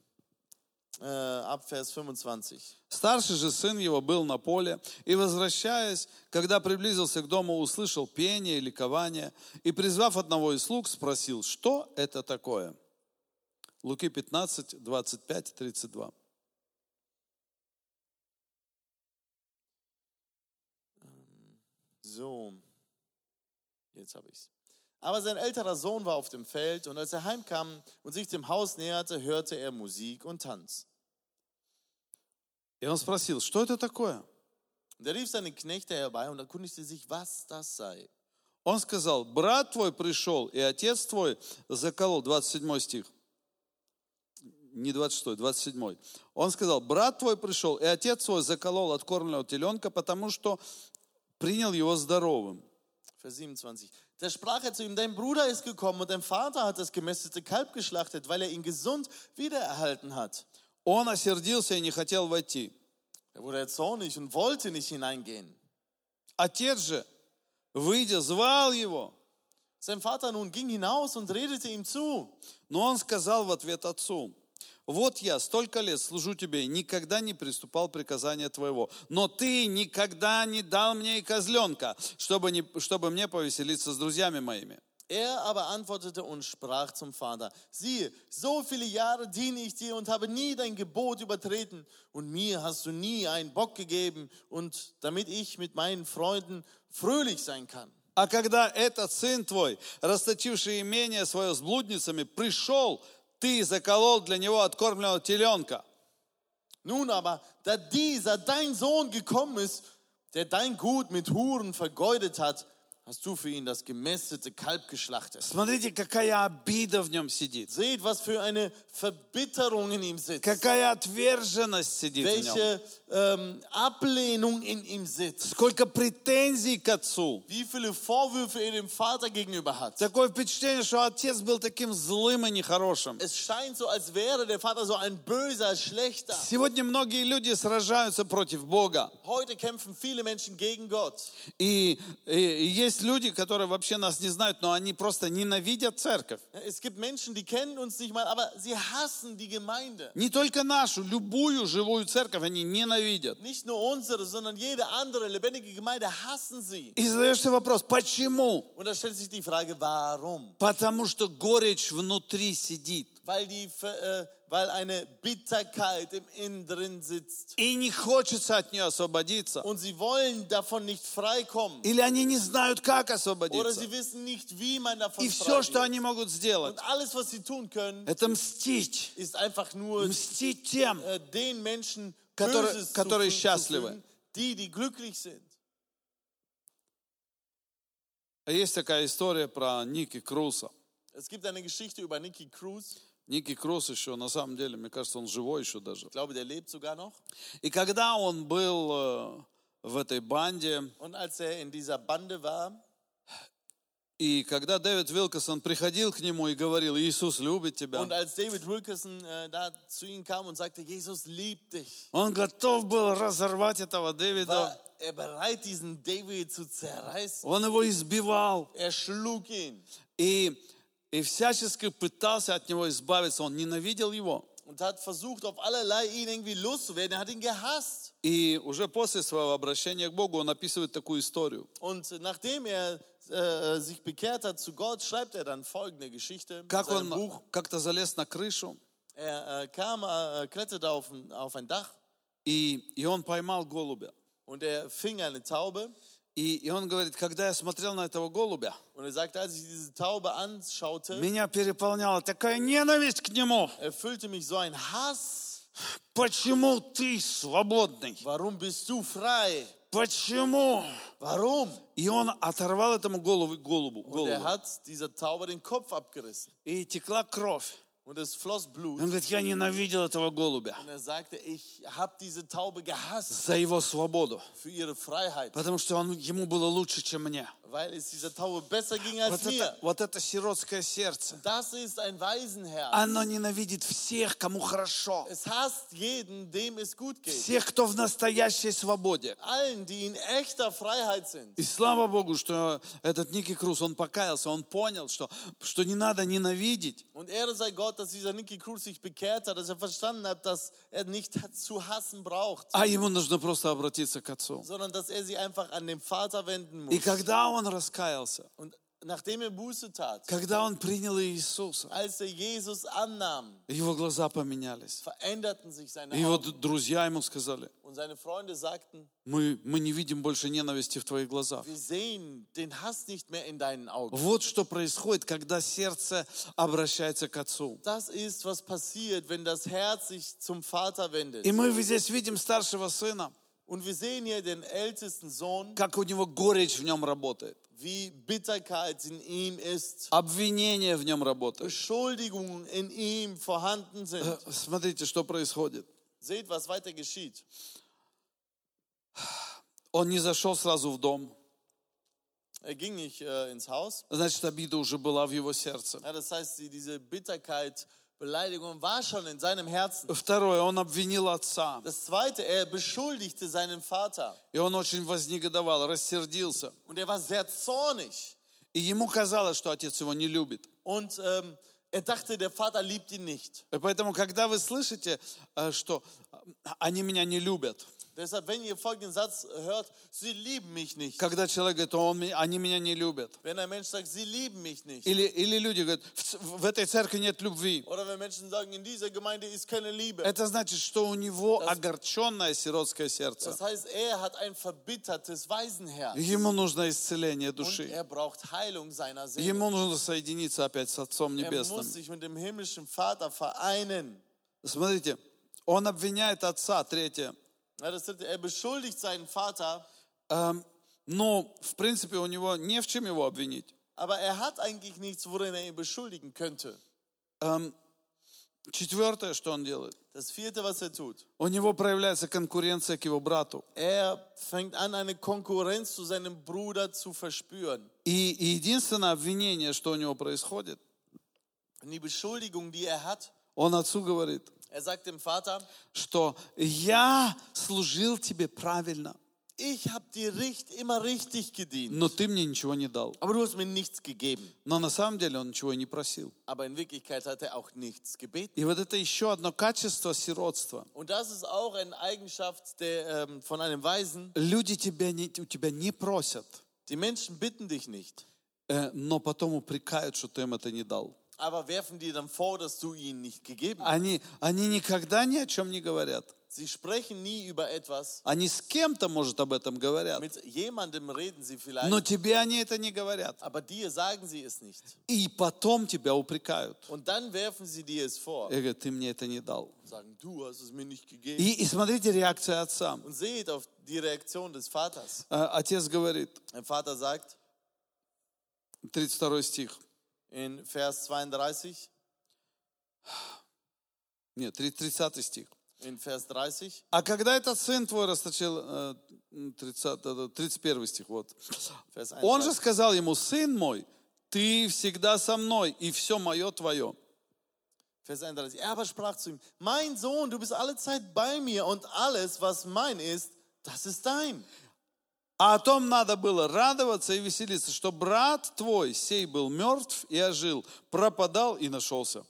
[SPEAKER 2] äh, ab Vers 25.
[SPEAKER 1] Старший же сын его был на поле, и, возвращаясь, когда приблизился к дому, услышал пение и ликование, и, призвав одного из слуг, спросил, что это такое? Луки 15, 25, 32.
[SPEAKER 2] So, jetzt habe ich's. Aber sein älterer Sohn war auf dem Feld und als er heimkam und sich dem Haus näherte, hörte er Musik und Tanz.
[SPEAKER 1] И он спросил, что это такое?
[SPEAKER 2] Und er rief seine Knechte herbei und erkundigte sich, was das sei.
[SPEAKER 1] Он сказал, брат твой пришел, и отец твой заколол, 27 стих, не 26, 27. Он сказал, брат твой пришел, и отец твой заколол откормленного теленка, потому что принял его здоровым.
[SPEAKER 2] Vers 27. Da sprach er zu ihm, dein Bruder ist gekommen und dein Vater hat das gemästete Kalb geschlachtet, weil er ihn gesund wiedererhalten hat.
[SPEAKER 1] Он осердился и не хотел войти.
[SPEAKER 2] Er wurde zornig und wollte nicht hineingehen.
[SPEAKER 1] Отец же, выйдя, звал его.
[SPEAKER 2] Sein Vater nun ging hinaus und redete ihm zu.
[SPEAKER 1] Но он сказал в ответ отцу, вот я столько лет служу тебе, и никогда не приступал приказания твоего, но ты никогда не дал мне и козленка, чтобы, не, чтобы мне повеселиться с друзьями моими.
[SPEAKER 2] Er aber antwortete und sprach zum Vater, siehe, so viele Jahre diene ich dir und habe nie dein Gebot übertreten und mir hast du nie einen Bock gegeben und damit ich mit meinen Freunden fröhlich sein kann.
[SPEAKER 1] А когда этот сын твой, расточивший имение свое с блудницами, пришел, ты заколол для него откормленного теленка.
[SPEAKER 2] Nun aber, da dieser dein Sohn gekommen ist, der dein Gut mit Huren vergeudet hat, hast du für ihn das gemästete Kalb geschlachtet.
[SPEAKER 1] Смотрите, какая обида в нем сидит.
[SPEAKER 2] Seht, was für eine Verbitterung in ihm sitzt.
[SPEAKER 1] Какая отверженность сидит в нем.
[SPEAKER 2] Welche ähm, Ablehnung in ihm sitzt.
[SPEAKER 1] Сколько претензий к отцу.
[SPEAKER 2] Wie viele Vorwürfe er dem Vater gegenüber hat.
[SPEAKER 1] Такое впечатление, что отец был таким злым и нехорошим.
[SPEAKER 2] Es scheint so, als wäre der Vater so ein böser, schlechter.
[SPEAKER 1] Сегодня многие люди сражаются против Бога.
[SPEAKER 2] Heute kämpfen viele Menschen gegen Gott.
[SPEAKER 1] И, и- и есть люди, которые вообще нас не знают, но они просто ненавидят церковь.
[SPEAKER 2] Es gibt Menschen, die kennen uns nicht mal, aber sie hassen die Gemeinde.
[SPEAKER 1] Не только нашу, любую живую церковь они ненавидят.
[SPEAKER 2] Nicht nur unsere, sondern jede andere lebendige Gemeinde hassen sie.
[SPEAKER 1] И задаешься вопрос, почему?
[SPEAKER 2] Und da stellt sich die Frage, warum?
[SPEAKER 1] Потому что горечь внутри сидит.
[SPEAKER 2] Weil, die, Ver- äh, weil eine Bitterkeit im Innen drin sitzt.
[SPEAKER 1] И не хочется от нее освободиться.
[SPEAKER 2] Und sie wollen davon nicht freikommen.
[SPEAKER 1] Или они не знают, как
[SPEAKER 2] Oder
[SPEAKER 1] освободиться.
[SPEAKER 2] sie wissen nicht, wie man davon
[SPEAKER 1] И все,
[SPEAKER 2] frei
[SPEAKER 1] что
[SPEAKER 2] wird.
[SPEAKER 1] они могут сделать,
[SPEAKER 2] Und alles, was sie tun können,
[SPEAKER 1] это мстить.
[SPEAKER 2] ist einfach nur
[SPEAKER 1] Мстить тем,
[SPEAKER 2] äh, den Menschen,
[SPEAKER 1] Которые-
[SPEAKER 2] Böses
[SPEAKER 1] которые
[SPEAKER 2] zufügen-
[SPEAKER 1] счастливы.
[SPEAKER 2] zufügen, die, die glücklich sind.
[SPEAKER 1] А Есть такая история про Ники Круса.
[SPEAKER 2] Es gibt eine Geschichte über Nicky Cruz.
[SPEAKER 1] Ники Крус еще, на самом деле, мне кажется, он живой еще даже.
[SPEAKER 2] Ich glaube, der lebt sogar noch.
[SPEAKER 1] И когда он был э, в этой банде,
[SPEAKER 2] Und als er in dieser Bande war
[SPEAKER 1] и когда Дэвид Вилкосон приходил к нему и говорил, Иисус любит
[SPEAKER 2] und
[SPEAKER 1] тебя,
[SPEAKER 2] als David Wilkerson äh, da zu ihm kam und sagte, Jesus liebt dich,
[SPEAKER 1] он готов был разорвать этого Дэвида.
[SPEAKER 2] war er bereit, diesen David zu zerreißen.
[SPEAKER 1] Он его избивал
[SPEAKER 2] Er schlug ihn
[SPEAKER 1] и, и всячески пытался от него избавиться. Он ненавидел его.
[SPEAKER 2] und hat versucht, auf allerlei ihn irgendwie loszuwerden. Er hat ihn gehasst.
[SPEAKER 1] И уже после своего обращения к Богу он описывает такую историю.
[SPEAKER 2] Und nachdem er äh, sich bekehrt hat zu Gott, schreibt er dann folgende Geschichte. in
[SPEAKER 1] Как
[SPEAKER 2] seinem
[SPEAKER 1] он как-то залез на крышу,
[SPEAKER 2] Er äh, kam, äh, kletterte auf ein, auf ein Dach
[SPEAKER 1] и, и он поймал голубя.
[SPEAKER 2] und er fing eine Taube.
[SPEAKER 1] И, и он говорит, когда я смотрел на этого голубя,
[SPEAKER 2] Und er sagte, als ich diese Taube anschaute,
[SPEAKER 1] меня переполняла такая ненависть к нему.
[SPEAKER 2] erfüllte mich so ein Hass.
[SPEAKER 1] Почему ты свободный?
[SPEAKER 2] Warum bist du frei?
[SPEAKER 1] Почему?
[SPEAKER 2] Warum?
[SPEAKER 1] И он оторвал этому голову, голубу,
[SPEAKER 2] Und er
[SPEAKER 1] голову.
[SPEAKER 2] hat dieser Taube den Kopf abgerissen
[SPEAKER 1] И текла кровь.
[SPEAKER 2] und es floss
[SPEAKER 1] Он
[SPEAKER 2] Blut.
[SPEAKER 1] говорит, я ненавидел этого голубя
[SPEAKER 2] Und er sagte, ich habe diese Taube gehasst
[SPEAKER 1] за его свободу,
[SPEAKER 2] für ihre Freiheit,
[SPEAKER 1] потому что он, ему было лучше, чем мне.
[SPEAKER 2] weil es dieser Taube besser ging
[SPEAKER 1] Вот
[SPEAKER 2] als
[SPEAKER 1] это,
[SPEAKER 2] mir.
[SPEAKER 1] вот это сиротское сердце.
[SPEAKER 2] Das ist ein Waisenherz.
[SPEAKER 1] Оно ненавидит всех, кому хорошо.
[SPEAKER 2] Es hasst jeden, dem es gut geht.
[SPEAKER 1] Всех, кто в настоящей свободе.
[SPEAKER 2] Allen, die in echter Freiheit sind.
[SPEAKER 1] И слава Богу, что этот Ники Круз, он покаялся, он понял, что, что не надо ненавидеть.
[SPEAKER 2] Und Ehre sei Gott, dass dieser Nicky Cruz sich bekehrt hat, dass er verstanden hat, dass er nicht zu hassen braucht,
[SPEAKER 1] А ему нужно просто обратиться к отцу.
[SPEAKER 2] sondern dass er sich einfach an den Vater wenden
[SPEAKER 1] И
[SPEAKER 2] muss.
[SPEAKER 1] когда он раскаялся,
[SPEAKER 2] Und nachdem er Buße tat,
[SPEAKER 1] когда он принял Иисуса,
[SPEAKER 2] als er Jesus annahm,
[SPEAKER 1] его глаза поменялись.
[SPEAKER 2] veränderten sich seine
[SPEAKER 1] И его д-
[SPEAKER 2] Augen.
[SPEAKER 1] друзья ему сказали,
[SPEAKER 2] Und seine Freunde sagten,
[SPEAKER 1] мы, мы не видим больше ненависти в твоих глазах.
[SPEAKER 2] wir sehen den Hass nicht mehr in deinen Augen.
[SPEAKER 1] Вот что происходит, когда сердце обращается к отцу.
[SPEAKER 2] Das ist, was passiert, wenn das Herz sich zum Vater wendet.
[SPEAKER 1] И мы здесь видим старшего сына,
[SPEAKER 2] Und wir sehen hier den ältesten Sohn,
[SPEAKER 1] как у него горечь в нем работает,
[SPEAKER 2] wie Bitterkeit in ihm ist,
[SPEAKER 1] обвинение в нем работает.
[SPEAKER 2] Beschuldigungen in ihm vorhanden sind.
[SPEAKER 1] Äh. Смотрите, что происходит.
[SPEAKER 2] Seht, was weiter geschieht.
[SPEAKER 1] Он не зашел сразу в дом.
[SPEAKER 2] Er ging nicht äh, ins Haus.
[SPEAKER 1] Значит, обида уже была в его сердце.
[SPEAKER 2] Ja, das heißt, die, diese Bitterkeit Beleidigung war schon in seinem Herzen.
[SPEAKER 1] Второе, он обвинил отца.
[SPEAKER 2] Das zweite, er beschuldigte seinen Vater.
[SPEAKER 1] И он очень вознегодовал, рассердился.
[SPEAKER 2] Und er war sehr zornig.
[SPEAKER 1] И ему казалось, что отец его не любит.
[SPEAKER 2] Und ähm, er dachte, der Vater liebt ihn nicht.
[SPEAKER 1] И поэтому, когда вы слышите, э, что э, они меня не любят,
[SPEAKER 2] Deshalb, wenn ihr folgenden Satz hört, sie lieben mich nicht.
[SPEAKER 1] когда человек говорит, он, меня- они меня не любят,
[SPEAKER 2] Wenn ein Mensch sagt, sie lieben mich nicht.
[SPEAKER 1] или, или люди говорят, в, ц- в этой церкви нет любви,
[SPEAKER 2] Oder wenn Menschen sagen, in dieser Gemeinde ist keine Liebe.
[SPEAKER 1] это значит, что у него огорченное сиротское сердце.
[SPEAKER 2] Das heißt, er hat ein verbittertes Waisenherz.
[SPEAKER 1] Ему нужно исцеление
[SPEAKER 2] Und
[SPEAKER 1] души.
[SPEAKER 2] er braucht Heilung seiner Seele.
[SPEAKER 1] Ему нужно соединиться опять с Отцом
[SPEAKER 2] Er
[SPEAKER 1] Небесным.
[SPEAKER 2] muss sich mit dem himmlischen Vater vereinen.
[SPEAKER 1] Смотрите, он обвиняет Отца, третье.
[SPEAKER 2] Ja, das dritte, er beschuldigt seinen Vater,
[SPEAKER 1] Эм, ну, в принципе, у него не в чем его обвинить.
[SPEAKER 2] aber er hat eigentlich nichts, worin er ihn beschuldigen könnte.
[SPEAKER 1] Эм, четвертое, что он делает.
[SPEAKER 2] Das vierte, was er tut,
[SPEAKER 1] У него проявляется конкуренция к его брату.
[SPEAKER 2] er fängt an, eine Konkurrenz zu seinem Bruder zu verspüren.
[SPEAKER 1] И, и единственное обвинение, что у него происходит,
[SPEAKER 2] Und die Beschuldigung, die er hat,
[SPEAKER 1] он отцу говорит,
[SPEAKER 2] er sagt dem Vater,
[SPEAKER 1] что я служил тебе правильно,
[SPEAKER 2] ich habe dir richt, immer richtig gedient,
[SPEAKER 1] но ты мне ничего не дал.
[SPEAKER 2] aber du hast mir nichts gegeben.
[SPEAKER 1] Но на самом деле он ничего и не просил.
[SPEAKER 2] Aber in Wirklichkeit hat er auch nichts gebeten.
[SPEAKER 1] И вот это еще одно качество сиротства.
[SPEAKER 2] Und das ist auch eine Eigenschaft der, ähm, von einem Weisen.
[SPEAKER 1] Люди тебя не, у тебя не просят,
[SPEAKER 2] Die Menschen bitten dich nicht,
[SPEAKER 1] э, но потом упрекают, что ты им это не дал.
[SPEAKER 2] aber werfen dir dann vor, dass du ihnen nicht gegeben hast.
[SPEAKER 1] Они, они никогда ни о чем не говорят.
[SPEAKER 2] Sie sprechen nie über etwas.
[SPEAKER 1] Они с kем-то, может, об этом говорят,
[SPEAKER 2] Mit jemandem reden sie
[SPEAKER 1] но
[SPEAKER 2] vielleicht,
[SPEAKER 1] тебе они это не говорят.
[SPEAKER 2] aber dir sagen sie es nicht.
[SPEAKER 1] И потом тебя упрекают.
[SPEAKER 2] Und dann werfen sie dir es vor.
[SPEAKER 1] И говорят, ты мне это не дал.
[SPEAKER 2] Sagen, du hast es mir nicht gegeben.
[SPEAKER 1] И, и смотрите реакция отца.
[SPEAKER 2] Und seht auf die Reaktion des Vaters.
[SPEAKER 1] Э, Отец говорит,
[SPEAKER 2] Ein Vater sagt
[SPEAKER 1] 32 стих,
[SPEAKER 2] in Vers 32,
[SPEAKER 1] нет, 30 стих.
[SPEAKER 2] in Vers 30,
[SPEAKER 1] А когда этот сын твой расточил, э, 30, да, да, 31 стих, вот.
[SPEAKER 2] Vers
[SPEAKER 1] Он же
[SPEAKER 2] 31.
[SPEAKER 1] сказал ему, сын мой, ты всегда со мной, и все мое твое.
[SPEAKER 2] Vers 31. Er aber sprach zu ihm, mein Sohn, du bist alle Zeit bei mir und alles, was mein ist, das ist dein.
[SPEAKER 1] А о том надо было радоваться и веселиться, что брат твой сей был мертв и ожил, пропадал и нашелся.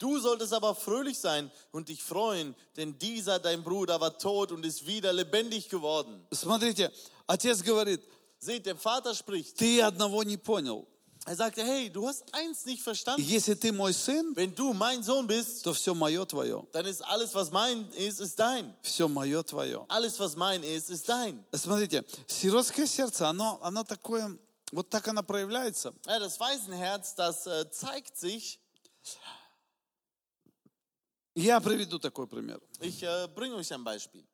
[SPEAKER 2] Du solltest aber fröhlich sein und dich freuen, denn dieser, dein Bruder, war tot und ist wieder lebendig geworden.
[SPEAKER 1] Смотрите, отец говорит,
[SPEAKER 2] Seht, der Vater spricht.
[SPEAKER 1] ты одного не понял.
[SPEAKER 2] Er sagte, hey, du hast eins nicht verstanden.
[SPEAKER 1] Если ты мой сын,
[SPEAKER 2] Wenn du mein Sohn bist,
[SPEAKER 1] то все мое твое.
[SPEAKER 2] dann ist alles, was mein ist, ist dein.
[SPEAKER 1] Все мое твое.
[SPEAKER 2] Alles, was mein ist, ist dein.
[SPEAKER 1] Смотрите, сиротское сердце, оно, оно такое, вот так оно проявляется.
[SPEAKER 2] Ja, das Waisenherz, das äh, zeigt sich.
[SPEAKER 1] Я приведу такой пример.
[SPEAKER 2] Ich äh, bringe euch ein Beispiel.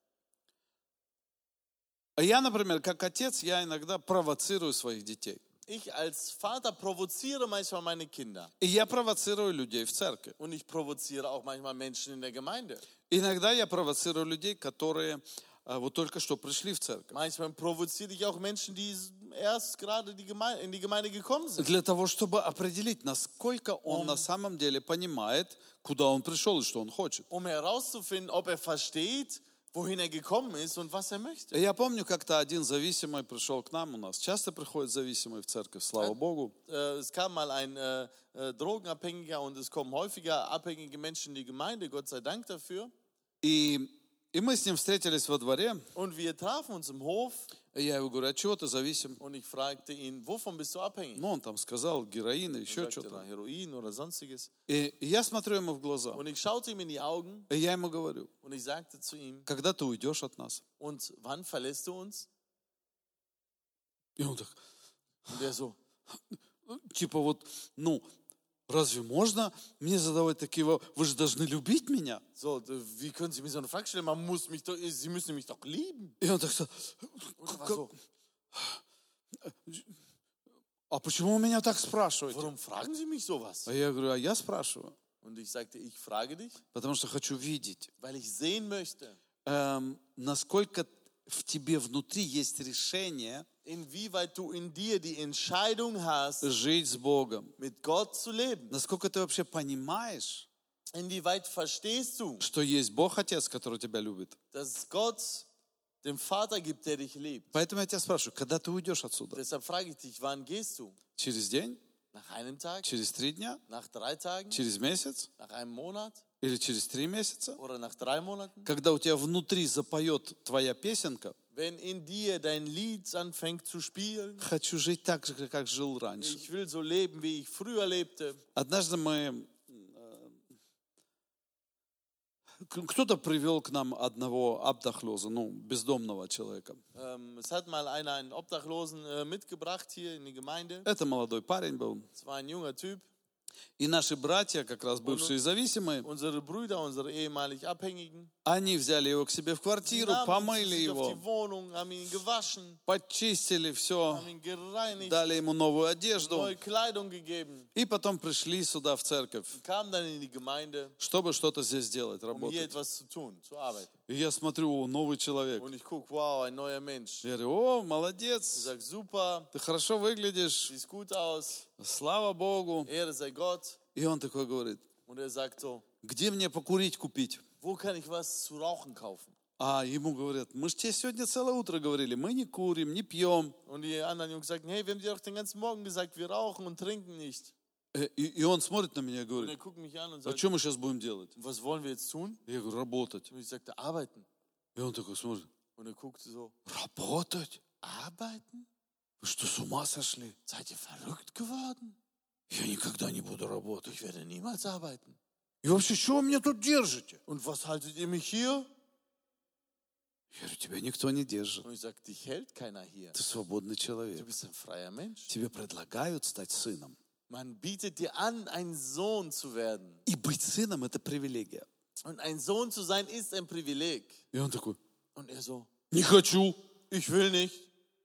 [SPEAKER 1] Я, например, как отец, я иногда провоцирую своих детей.
[SPEAKER 2] Ich als Vater provoziere manchmal meine Kinder.
[SPEAKER 1] И я провоцирую людей в церкви.
[SPEAKER 2] Und ich provoziere auch manchmal Menschen in der Gemeinde.
[SPEAKER 1] Иногда я провоцирую людей, которые а, вот только что пришли в церковь.
[SPEAKER 2] Manchmal provoziere ich auch Menschen, die erst gerade die Gemeinde, in die Gemeinde gekommen sind.
[SPEAKER 1] Для того, чтобы определить, насколько он на самом деле понимает, куда он пришел и что он хочет.
[SPEAKER 2] um herauszufinden, ob er versteht, wohin er gekommen ist und was er möchte.
[SPEAKER 1] Я помню, как-то один зависимый пришел к нам у нас. Часто приходят зависимые в церковь, слава Богу.
[SPEAKER 2] Äh, Es kam mal ein äh, äh, Drogenabhängiger und es kommen häufiger abhängige Menschen in die Gemeinde, Gott sei Dank dafür.
[SPEAKER 1] И, и мы с ним встретились во дворе.
[SPEAKER 2] Und wir trafen uns im Hof
[SPEAKER 1] И я его говорю, а чего ты зависим?
[SPEAKER 2] und ich fragte ihn, wovon bist du abhängig?
[SPEAKER 1] Ну, он там сказал, героин и еще
[SPEAKER 2] Sagte
[SPEAKER 1] что-то.
[SPEAKER 2] er, Heroin oder sonstiges.
[SPEAKER 1] И и я смотрю ему в глаза.
[SPEAKER 2] Und ich schaute ihm in die Augen
[SPEAKER 1] И я ему говорю,
[SPEAKER 2] und ich sagte zu ihm,
[SPEAKER 1] когда ты уйдешь от нас?
[SPEAKER 2] und wann verlässt du uns?
[SPEAKER 1] И он так,
[SPEAKER 2] Und er so,
[SPEAKER 1] типа вот, ну, разве можно мне задавать такие вопросы? Вы же должны любить меня.
[SPEAKER 2] so, d- wie können Sie mir so eine Frage stellen? Man muss mich doch, Sie müssen mich doch lieben.
[SPEAKER 1] И он так сказал,
[SPEAKER 2] Und er war
[SPEAKER 1] «Как-
[SPEAKER 2] so,
[SPEAKER 1] а почему вы меня так спрашиваете?
[SPEAKER 2] warum fragen Sie mich sowas?
[SPEAKER 1] А я говорю, а я спрашиваю,
[SPEAKER 2] Und ich sagte, ich frage dich,
[SPEAKER 1] потому что хочу видеть,
[SPEAKER 2] weil ich sehen möchte,
[SPEAKER 1] эм, насколько в тебе внутри есть решение
[SPEAKER 2] inwieweit du in dir die Entscheidung hast,
[SPEAKER 1] жить с Богом.
[SPEAKER 2] mit Gott zu leben.
[SPEAKER 1] Насколько ты вообще понимаешь,
[SPEAKER 2] Inwieweit verstehst du,
[SPEAKER 1] что есть Бог Отец, который тебя любит.
[SPEAKER 2] dass Gott dem Vater gibt, der dich liebt?
[SPEAKER 1] Поэтому я тебя спрашиваю, когда ты уйдешь отсюда?
[SPEAKER 2] Deshalb frage ich dich, wann gehst du?
[SPEAKER 1] Через день?
[SPEAKER 2] Nach einem Tag?
[SPEAKER 1] Через три дня?
[SPEAKER 2] Nach drei Tagen?
[SPEAKER 1] Через месяц?
[SPEAKER 2] Nach einem Monat?
[SPEAKER 1] Или через три месяца?
[SPEAKER 2] Oder nach drei Monaten?
[SPEAKER 1] Когда у тебя внутри запоет твоя песенка,
[SPEAKER 2] Wenn in dir dein Lied anfängt zu spielen,
[SPEAKER 1] хочу жить так же, как жил раньше.
[SPEAKER 2] ich will so leben, wie ich früher lebte.
[SPEAKER 1] Однажды мы... э, к- Кто-то привел к нам одного абдахлёза, ну, бездомного человека.
[SPEAKER 2] Ähm, es hat mal einer einen Obdachlosen äh, mitgebracht hier in die Gemeinde.
[SPEAKER 1] Это молодой парень был.
[SPEAKER 2] Es war ein junger Typ.
[SPEAKER 1] И наши братья, как раз бывшие зависимые,
[SPEAKER 2] Unsere Brüder, unsere ehemalig Abhängigen,
[SPEAKER 1] они взяли его к себе в
[SPEAKER 2] die
[SPEAKER 1] квартиру,
[SPEAKER 2] nahmen ihn
[SPEAKER 1] помыли
[SPEAKER 2] sich auf die
[SPEAKER 1] его,
[SPEAKER 2] Wohnung, haben ihn gewaschen,
[SPEAKER 1] почистили все,
[SPEAKER 2] haben ihn gereinigt,
[SPEAKER 1] дали ему новую одежду.
[SPEAKER 2] neue Kleidung gegeben,
[SPEAKER 1] И потом пришли сюда, в церковь,
[SPEAKER 2] kamen dann in die Gemeinde,
[SPEAKER 1] чтобы что-то здесь делать,
[SPEAKER 2] um hier
[SPEAKER 1] работать.
[SPEAKER 2] etwas zu tun, zu arbeiten.
[SPEAKER 1] И я смотрю, о, новый человек.
[SPEAKER 2] Und ich gucke, wow, ein neuer Mensch.
[SPEAKER 1] Я говорю, о,
[SPEAKER 2] Ich
[SPEAKER 1] молодец,
[SPEAKER 2] sage, super,
[SPEAKER 1] ты хорошо выглядишь,
[SPEAKER 2] siehst gut aus,
[SPEAKER 1] слава Богу.
[SPEAKER 2] Ehre sei Gott.
[SPEAKER 1] И он такой говорит,
[SPEAKER 2] Und er sagt so,
[SPEAKER 1] где мне покурить купить?
[SPEAKER 2] wo kann ich was zu rauchen kaufen?
[SPEAKER 1] А ему говорят, мы же тебе сегодня целое утро говорили, мы не курим, не пьем.
[SPEAKER 2] Und die anderen Jungs sagten, hey, wir haben dir doch den ganzen Morgen gesagt, wir rauchen und trinken nicht.
[SPEAKER 1] Э, И, и он смотрит на меня и
[SPEAKER 2] Und er
[SPEAKER 1] говорит,
[SPEAKER 2] guckt mich an und
[SPEAKER 1] а
[SPEAKER 2] sagt,
[SPEAKER 1] что мы сейчас будем делать?
[SPEAKER 2] was wollen wir jetzt tun?
[SPEAKER 1] Я говорю, работать.
[SPEAKER 2] Und ich sagte, arbeiten.
[SPEAKER 1] И он такой смотрит,
[SPEAKER 2] Und er guckte so,
[SPEAKER 1] работать?
[SPEAKER 2] arbeiten?
[SPEAKER 1] Вы что, с ума сошли?
[SPEAKER 2] Seid ihr verrückt geworden?
[SPEAKER 1] Я никогда не буду работать.
[SPEAKER 2] Ich werde niemals arbeiten.
[SPEAKER 1] И вообще, чего вы меня тут держите?
[SPEAKER 2] Und was haltet ihr mich hier?
[SPEAKER 1] Я говорю, тебя никто не держит.
[SPEAKER 2] Und ich sagte, dich hält keiner hier.
[SPEAKER 1] Ты свободный
[SPEAKER 2] Du
[SPEAKER 1] человек.
[SPEAKER 2] bist ein freier Mensch.
[SPEAKER 1] Тебе предлагают стать сыном.
[SPEAKER 2] Man bietet dir an, ein Sohn zu werden.
[SPEAKER 1] И быть сыном – это привилегия.
[SPEAKER 2] Und ein Sohn zu sein ist ein Privileg.
[SPEAKER 1] И он такой,
[SPEAKER 2] Und er so,
[SPEAKER 1] не хочу,
[SPEAKER 2] ich will nicht,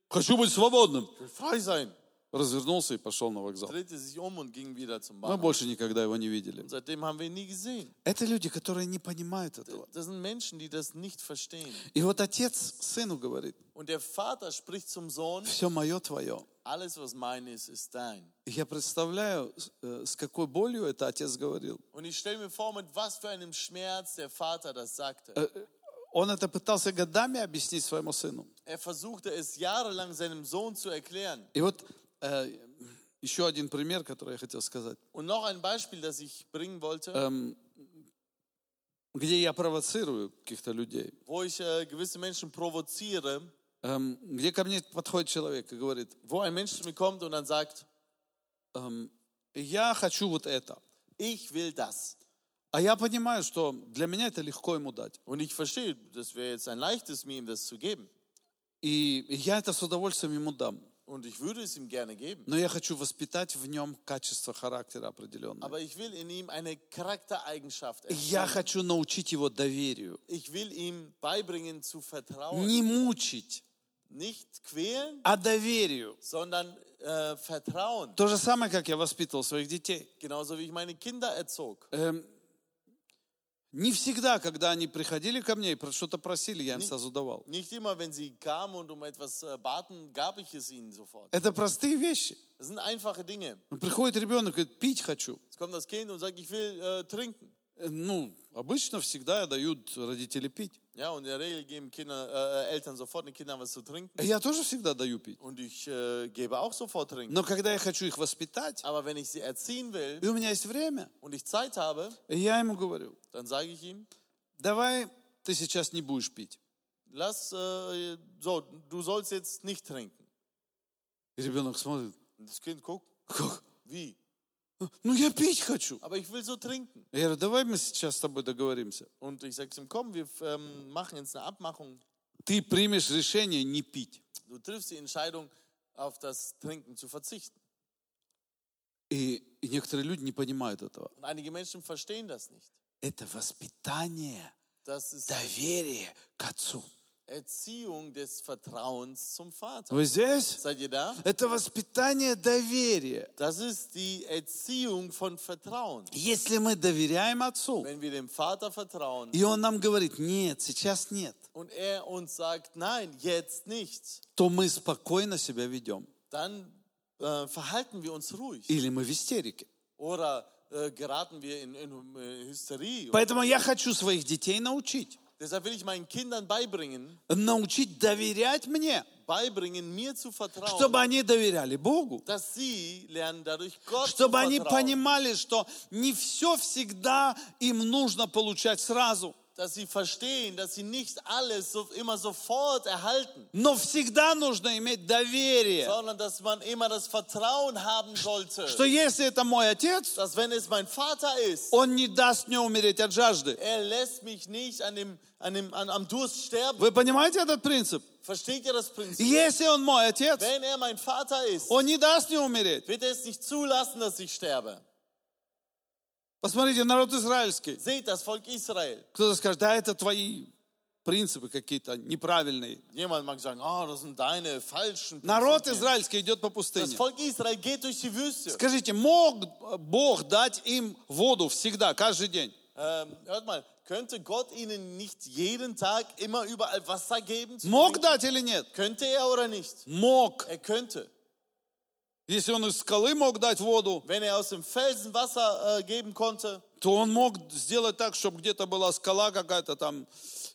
[SPEAKER 1] хочу быть свободным.
[SPEAKER 2] ich will frei sein.
[SPEAKER 1] Развернулся и пошел на вокзал.
[SPEAKER 2] Drehte sich um und ging wieder zum
[SPEAKER 1] Мы
[SPEAKER 2] Bahnhof.
[SPEAKER 1] больше никогда его не видели.
[SPEAKER 2] Und seitdem haben wir ihn nie gesehen.
[SPEAKER 1] Это люди, которые не понимают этого.
[SPEAKER 2] Das sind Menschen, die das nicht verstehen.
[SPEAKER 1] И вот отец сыну говорит,
[SPEAKER 2] Und der Vater spricht zum Sohn,
[SPEAKER 1] все мое твое.
[SPEAKER 2] alles was mein ist, ist dein.
[SPEAKER 1] И Я представляю, с- э, с какой болью это отец говорил.
[SPEAKER 2] Und ich stelle mir vor, mit was für einem Schmerz der Vater das sagte.
[SPEAKER 1] Он это пытался годами объяснить своему сыну.
[SPEAKER 2] Er versuchte es jahrelang seinem Sohn zu erklären.
[SPEAKER 1] И вот э, еще один пример, который я хотел сказать.
[SPEAKER 2] Und noch ein Beispiel, das ich bringen wollte,
[SPEAKER 1] Эм, где я провоцирую каких-то людей.
[SPEAKER 2] wo ich äh, gewisse Menschen provoziere,
[SPEAKER 1] Эм, где ко мне подходит человек и говорит,
[SPEAKER 2] wo ein Mensch zu mir kommt und dann sagt,
[SPEAKER 1] эм, я хочу вот это.
[SPEAKER 2] ich will das.
[SPEAKER 1] А я понимаю, что для меня это легко ему дать.
[SPEAKER 2] Und ich verstehe, das wäre jetzt ein leichtes, mir ihm das zu geben.
[SPEAKER 1] И я это с удовольствием ему дам.
[SPEAKER 2] Und ich würde es ihm gerne geben.
[SPEAKER 1] Но я хочу воспитать в нем качество характера определенное.
[SPEAKER 2] Aber ich will in ihm eine Charaktereigenschaft
[SPEAKER 1] Я
[SPEAKER 2] erkennen.
[SPEAKER 1] хочу научить его доверию.
[SPEAKER 2] Ich will ihm beibringen zu vertrauen.
[SPEAKER 1] Не мучить,
[SPEAKER 2] Nicht quälen,
[SPEAKER 1] а доверию.
[SPEAKER 2] sondern äh, vertrauen.
[SPEAKER 1] То же самое, как я воспитывал своих детей.
[SPEAKER 2] Genauso wie ich meine Kinder erzog.
[SPEAKER 1] Эм, не всегда, когда они приходили ко мне и про что-то prosили, я им сразу давал.
[SPEAKER 2] Nicht immer, wenn sie kamen und um etwas äh, baten, gab ich es ihnen sofort.
[SPEAKER 1] Это простые вещи.
[SPEAKER 2] Das sind einfache Dinge.
[SPEAKER 1] Приходит ребенок и говорит, пить хочу.
[SPEAKER 2] Jetzt kommt das Kind und sagt, ich will äh, trinken.
[SPEAKER 1] Э, Ну, обычно всегда дают родители пить.
[SPEAKER 2] Ja, und in der Regel geben Kinder, äh, Eltern sofort den Kindern was zu trinken.
[SPEAKER 1] Я тоже всегда даю пить.
[SPEAKER 2] Und ich äh, gebe auch sofort trinken.
[SPEAKER 1] Но когда я хочу их воспитать,
[SPEAKER 2] Aber wenn ich sie erziehen will
[SPEAKER 1] и у меня есть время,
[SPEAKER 2] und ich Zeit habe,
[SPEAKER 1] я ему говорю,
[SPEAKER 2] dann sage ich ihm,
[SPEAKER 1] давай ты сейчас не будешь пить.
[SPEAKER 2] lass, äh, so, du sollst jetzt nicht trinken.
[SPEAKER 1] И rебенок смотрит,
[SPEAKER 2] Und das Kind guckt,
[SPEAKER 1] как?
[SPEAKER 2] wie?
[SPEAKER 1] Ну я пить хочу.
[SPEAKER 2] Aber ich will so trinken.
[SPEAKER 1] Я говорю, давай мы сейчас с тобой договоримся.
[SPEAKER 2] Und ich sage zu ihm, komm, wir ähm, machen jetzt eine Abmachung.
[SPEAKER 1] Ты примешь решение не пить.
[SPEAKER 2] Du triffst die Entscheidung, auf das Trinken zu verzichten.
[SPEAKER 1] И, и некоторые люди не понимают этого.
[SPEAKER 2] Und einige Menschen verstehen das nicht.
[SPEAKER 1] Это воспитание,
[SPEAKER 2] Das ist
[SPEAKER 1] доверие к отцу.
[SPEAKER 2] Erziehung des Vertrauens zum Vater.
[SPEAKER 1] Вы здесь?
[SPEAKER 2] Seid ihr da?
[SPEAKER 1] Это воспитание доверия.
[SPEAKER 2] Das ist die Erziehung von Vertrauen.
[SPEAKER 1] Если мы доверяем отцу,
[SPEAKER 2] Wenn wir dem Vater vertrauen
[SPEAKER 1] и он нам говорит, нет, сейчас нет,
[SPEAKER 2] und er uns sagt, nein, jetzt nicht,
[SPEAKER 1] то мы спокойно себя ведем.
[SPEAKER 2] dann äh, verhalten wir uns ruhig.
[SPEAKER 1] Или мы в истерике.
[SPEAKER 2] Oder äh, geraten wir in, in äh, Hysterie.
[SPEAKER 1] Поэтому я хочу своих детей научить.
[SPEAKER 2] Deshalb will ich meinen Kindern beibringen,
[SPEAKER 1] Научить доверять мне,
[SPEAKER 2] beibringen, mir zu vertrauen,
[SPEAKER 1] чтобы они доверяли Богу.
[SPEAKER 2] dass sie lernen, dadurch Gott zu
[SPEAKER 1] Чтобы они
[SPEAKER 2] vertrauen.
[SPEAKER 1] понимали, что не все всегда им нужно получать sразу.
[SPEAKER 2] Dass sie verstehen, dass sie nicht alles so, immer sofort erhalten,
[SPEAKER 1] Но всегда нужно иметь доверие,
[SPEAKER 2] sondern dass man immer das Vertrauen haben sollte,
[SPEAKER 1] что если это мой отец,
[SPEAKER 2] dass wenn es mein Vater ist,
[SPEAKER 1] он не даст мне умереть от жажды.
[SPEAKER 2] er lässt mich nicht an dem, an dem, an, am Durst sterben.
[SPEAKER 1] Вы понимаете этот принцип?
[SPEAKER 2] Versteht ihr das Prinzip?
[SPEAKER 1] Если он мой отец,
[SPEAKER 2] Wenn er mein Vater ist,
[SPEAKER 1] он не даст мне умереть.
[SPEAKER 2] wird er es nicht zulassen, dass ich sterbe.
[SPEAKER 1] Посмотрите, народ израильский.
[SPEAKER 2] Seht das Volk Israel.
[SPEAKER 1] Кто-то скажет, да, это твои принципы какие-то неправильные.
[SPEAKER 2] Jemand mag sagen, oh, das sind deine falschen
[SPEAKER 1] Народ
[SPEAKER 2] Prinzipien.
[SPEAKER 1] израильский идет по
[SPEAKER 2] Das
[SPEAKER 1] пустыне.
[SPEAKER 2] Volk Israel geht durch die Wüste.
[SPEAKER 1] Скажите, мог Бог дать им воду всегда, каждый день?
[SPEAKER 2] Ähm, hört mal, könnte Gott ihnen nicht jeden Tag immer überall Wasser geben? Zu
[SPEAKER 1] Мог
[SPEAKER 2] trinken?
[SPEAKER 1] дать или нет?
[SPEAKER 2] Könnte er oder nicht?
[SPEAKER 1] Mog.
[SPEAKER 2] Er könnte.
[SPEAKER 1] Если он из скалы мог дать воду,
[SPEAKER 2] Wenn er aus dem Felsen Wasser äh, geben konnte,
[SPEAKER 1] то он мог сделать так, чтобы где-то была скала какая-то там,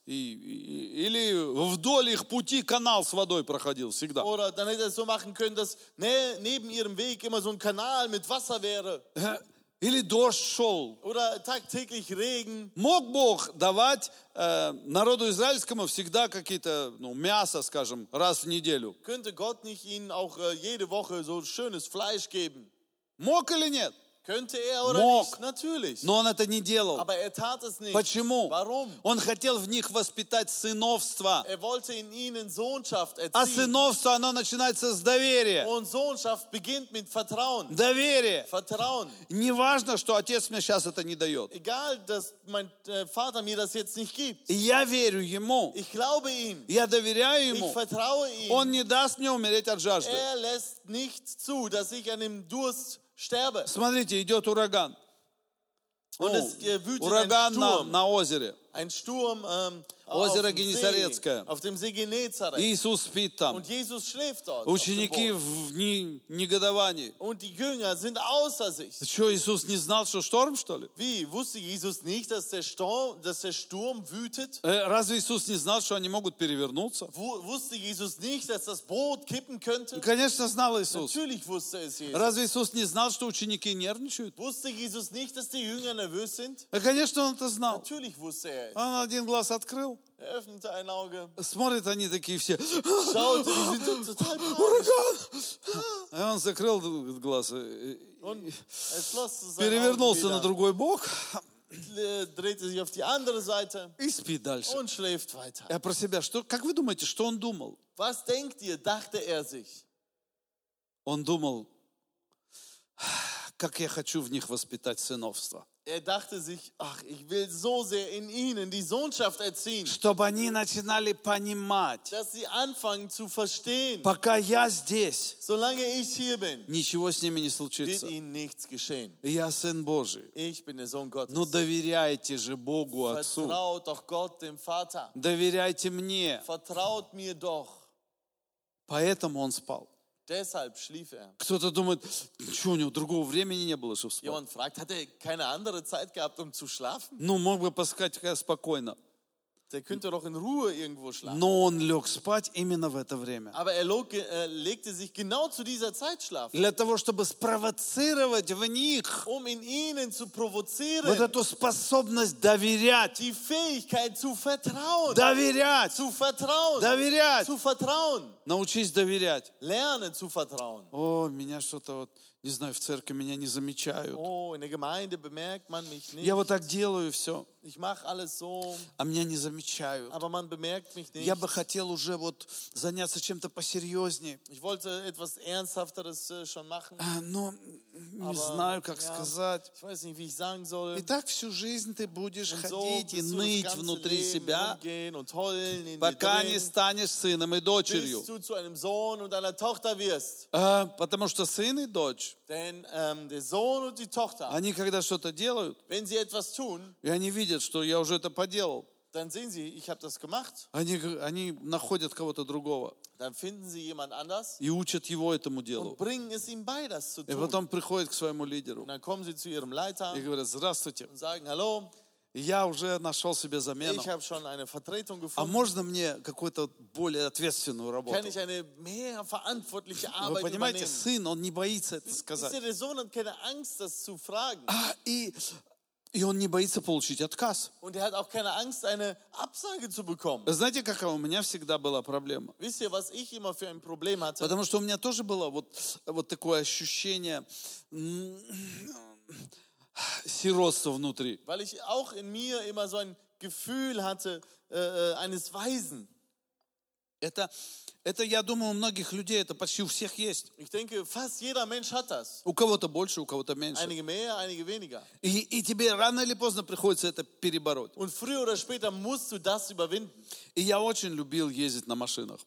[SPEAKER 1] и- и- или вдоль их пути канал с водой проходил всегда.
[SPEAKER 2] oder dann hätte er es so machen können, dass ne, neben ihrem Weg immer so ein Kanal mit Wasser wäre.
[SPEAKER 1] Э, Или дождь шел.
[SPEAKER 2] Oder tagtäglich Regen.
[SPEAKER 1] Мог Бог давать э, народу израильскому всегда какие-то, ну, мясо, скажем, раз в неделю?
[SPEAKER 2] Könnte Gott nicht ihnen auch äh, jede Woche so schönes Fleisch geben?
[SPEAKER 1] Мог или нет?
[SPEAKER 2] Könnte er oder
[SPEAKER 1] Mog.
[SPEAKER 2] nicht? Natürlich.
[SPEAKER 1] Но он это не делал.
[SPEAKER 2] Aber er tat es nicht.
[SPEAKER 1] Почему?
[SPEAKER 2] Warum?
[SPEAKER 1] Он хотел в них воспитать сыновство.
[SPEAKER 2] Er wollte in ihnen Sohnschaft
[SPEAKER 1] А
[SPEAKER 2] erziehen.
[SPEAKER 1] сыновство, оно начинается с доверия.
[SPEAKER 2] Und Sohnschaft beginnt mit Vertrauen.
[SPEAKER 1] Доверие.
[SPEAKER 2] Vertrauen.
[SPEAKER 1] Не важно, что отец мне сейчас это не дает.
[SPEAKER 2] Egal, dass mein äh, Vater mir das jetzt nicht gibt.
[SPEAKER 1] Я верю ему.
[SPEAKER 2] Ich glaube ihm.
[SPEAKER 1] Я доверяю
[SPEAKER 2] Ich
[SPEAKER 1] ему.
[SPEAKER 2] vertraue ihm.
[SPEAKER 1] Он не даст мне умереть от жажды.
[SPEAKER 2] Er lässt nicht zu, dass ich an dem Durst sterbe.
[SPEAKER 1] Смотрите, идет ураган.
[SPEAKER 2] Und
[SPEAKER 1] Ну,
[SPEAKER 2] es äh, wütet ein
[SPEAKER 1] ураган на,
[SPEAKER 2] Sturm.
[SPEAKER 1] на озере.
[SPEAKER 2] Ein Sturm ähm, auf,
[SPEAKER 1] Озеро
[SPEAKER 2] dem See,
[SPEAKER 1] Генесарецкое.
[SPEAKER 2] auf dem See Genezareth.
[SPEAKER 1] Иисус спит там.
[SPEAKER 2] Und Jesus schläft dort. auf dem
[SPEAKER 1] Ученики
[SPEAKER 2] Boot.
[SPEAKER 1] в не- негодовании.
[SPEAKER 2] Und die Jünger sind außer sich.
[SPEAKER 1] Что, Иисус не знал, что шторм, что ли?
[SPEAKER 2] Wie, wusste Jesus nicht, dass der Sturm, dass der Sturm wütet?
[SPEAKER 1] Э, Разве Иисус не знал, что они могут перевернуться?
[SPEAKER 2] Wu- Wusste Jesus nicht, dass das Boot kippen könnte?
[SPEAKER 1] Конечно, знал Иисус.
[SPEAKER 2] Natürlich wusste es Jesus.
[SPEAKER 1] Разве Иисус не знал, что ученики нервничают?
[SPEAKER 2] Wusste Jesus nicht, dass die Jünger nervös sind?
[SPEAKER 1] Э, Конечно, он это знал.
[SPEAKER 2] Natürlich wusste er es.
[SPEAKER 1] Он один глаз открыл.
[SPEAKER 2] Er öffnete ein Auge,
[SPEAKER 1] Смотрят они такие все.
[SPEAKER 2] schaute, die sind so total panisch.
[SPEAKER 1] Ураган! А он закрыл глаз, э, э,
[SPEAKER 2] Und er schloss seine Augen
[SPEAKER 1] перевернулся на
[SPEAKER 2] wieder,
[SPEAKER 1] другой бок
[SPEAKER 2] äh, drehte sich auf die andere Seite
[SPEAKER 1] и спит дальше.
[SPEAKER 2] und schläft weiter.
[SPEAKER 1] Я про себя. Что, как вы думаете, что он думал?
[SPEAKER 2] Was denkt ihr, dachte er sich?
[SPEAKER 1] Он думал, как я хочу в них воспитать сыновство.
[SPEAKER 2] Er dachte sich, ach, ich will so sehr in ihnen die Sohnschaft erziehen,
[SPEAKER 1] Чтобы они начинали понимать,
[SPEAKER 2] dass sie anfangen zu verstehen.
[SPEAKER 1] пока я здесь,
[SPEAKER 2] Solange ich hier bin,
[SPEAKER 1] ничего с ними не
[SPEAKER 2] wird
[SPEAKER 1] случится.
[SPEAKER 2] ihnen nichts geschehen.
[SPEAKER 1] Я сын Божий.
[SPEAKER 2] Ich bin der Sohn
[SPEAKER 1] Но
[SPEAKER 2] Gottes.
[SPEAKER 1] доверяйте же Богу Отцу.
[SPEAKER 2] Vertraut doch Gott, dem Vater.
[SPEAKER 1] Доверяйте мне.
[SPEAKER 2] Vertraut mir doch.
[SPEAKER 1] Поэтому он спал.
[SPEAKER 2] Deshalb schlief er.
[SPEAKER 1] Кто-то думает, что у него другого времени не было, чтобы спать.
[SPEAKER 2] Jemand fragt, hat er keine andere Zeit gehabt, um zu schlafen?
[SPEAKER 1] Ну, мог бы поскать как спокойно.
[SPEAKER 2] Der könnte doch in Ruhe irgendwo schlafen.
[SPEAKER 1] Но он лег спать именно в это время.
[SPEAKER 2] Aber er log, äh, legte sich genau zu dieser Zeit schlafen,
[SPEAKER 1] Для того, чтобы спровоцировать в них
[SPEAKER 2] um in ihnen zu
[SPEAKER 1] вот
[SPEAKER 2] provozieren,
[SPEAKER 1] эту способность доверять.
[SPEAKER 2] die Fähigkeit zu vertrauen.
[SPEAKER 1] Доверять!
[SPEAKER 2] Zu vertrauen.
[SPEAKER 1] Доверять!
[SPEAKER 2] Zu vertrauen.
[SPEAKER 1] Naучись доверять.
[SPEAKER 2] Lerne zu vertrauen.
[SPEAKER 1] О, меня что-то вот, не знаю, в церкви меня не замечают.
[SPEAKER 2] Oh, in der Gemeinde bemerkt man mich nicht.
[SPEAKER 1] Я вот так делаю все,
[SPEAKER 2] Ich mache alles so,
[SPEAKER 1] а меня не замечают.
[SPEAKER 2] aber man bemerkt mich nicht.
[SPEAKER 1] Я бы хотел уже вот заняться чем-то посерьезнее,
[SPEAKER 2] Ich wollte etwas Ernsthafteres äh, schon machen.
[SPEAKER 1] а, но не знаю, как сказать.
[SPEAKER 2] Ich weiß nicht, wie ich sagen soll.
[SPEAKER 1] И так всю жизнь ты будешь
[SPEAKER 2] Und
[SPEAKER 1] ходить и
[SPEAKER 2] bist du das
[SPEAKER 1] ныть
[SPEAKER 2] ganze
[SPEAKER 1] внутри
[SPEAKER 2] Leben
[SPEAKER 1] себя,
[SPEAKER 2] rumgehen und heulen in
[SPEAKER 1] пока
[SPEAKER 2] dir
[SPEAKER 1] не
[SPEAKER 2] drin,
[SPEAKER 1] станешь сыном и дочерью.
[SPEAKER 2] bis du zu einem Sohn und einer Tochter wirst.
[SPEAKER 1] А, потому что сын и дочь,
[SPEAKER 2] Denn ähm, der Sohn und die Tochter,
[SPEAKER 1] они когда что-то делают,
[SPEAKER 2] wenn sie etwas tun,
[SPEAKER 1] и они видят, что я уже это поделал,
[SPEAKER 2] dann sehen sie, ich habe das gemacht.
[SPEAKER 1] Они, г- они находят кого-то другого
[SPEAKER 2] Dann finden sie jemand anders
[SPEAKER 1] и учат его этому делу.
[SPEAKER 2] und bringen es ihm bei, das zu
[SPEAKER 1] И
[SPEAKER 2] tun.
[SPEAKER 1] потом приходят к своему лидеру
[SPEAKER 2] Und dann kommen sie zu ihrem Leiter
[SPEAKER 1] и говорят, здравствуйте,
[SPEAKER 2] und sagen, hallo,
[SPEAKER 1] я уже нашел себе замену.
[SPEAKER 2] ich habe schon eine Vertretung
[SPEAKER 1] А
[SPEAKER 2] gefunden.
[SPEAKER 1] можно мне какую-то более ответственную работу?
[SPEAKER 2] Kann ich eine mehr verantwortliche
[SPEAKER 1] Вы
[SPEAKER 2] Arbeit
[SPEAKER 1] понимаете,
[SPEAKER 2] übernehmen?
[SPEAKER 1] сын, он не боится это
[SPEAKER 2] Wisst ihr,
[SPEAKER 1] сказать.
[SPEAKER 2] der Sohn hat keine Angst, das zu fragen.
[SPEAKER 1] А, и, и он не боится получить отказ.
[SPEAKER 2] Und er hat auch keine Angst, eine Absage zu bekommen.
[SPEAKER 1] Знаете, какая у меня всегда была проблема?
[SPEAKER 2] Wisst ihr, was ich immer für ein Problem hatte?
[SPEAKER 1] Потому что у меня тоже было вот, вот такое ощущение м, сиротства внутри.
[SPEAKER 2] Weil ich auch in mir immer so ein Gefühl hatte äh, äh, eines Weisen.
[SPEAKER 1] Это, это, я думаю, у многих людей, это почти у всех есть.
[SPEAKER 2] Ich denke, fast jeder Mensch hat das.
[SPEAKER 1] У кого-то больше, у кого-то меньше.
[SPEAKER 2] Einige mehr, einige weniger.
[SPEAKER 1] И, и тебе рано или поздно приходится это перебороть.
[SPEAKER 2] Und früher oder später musst du das überwinden.
[SPEAKER 1] И я очень любил ездить на машинах.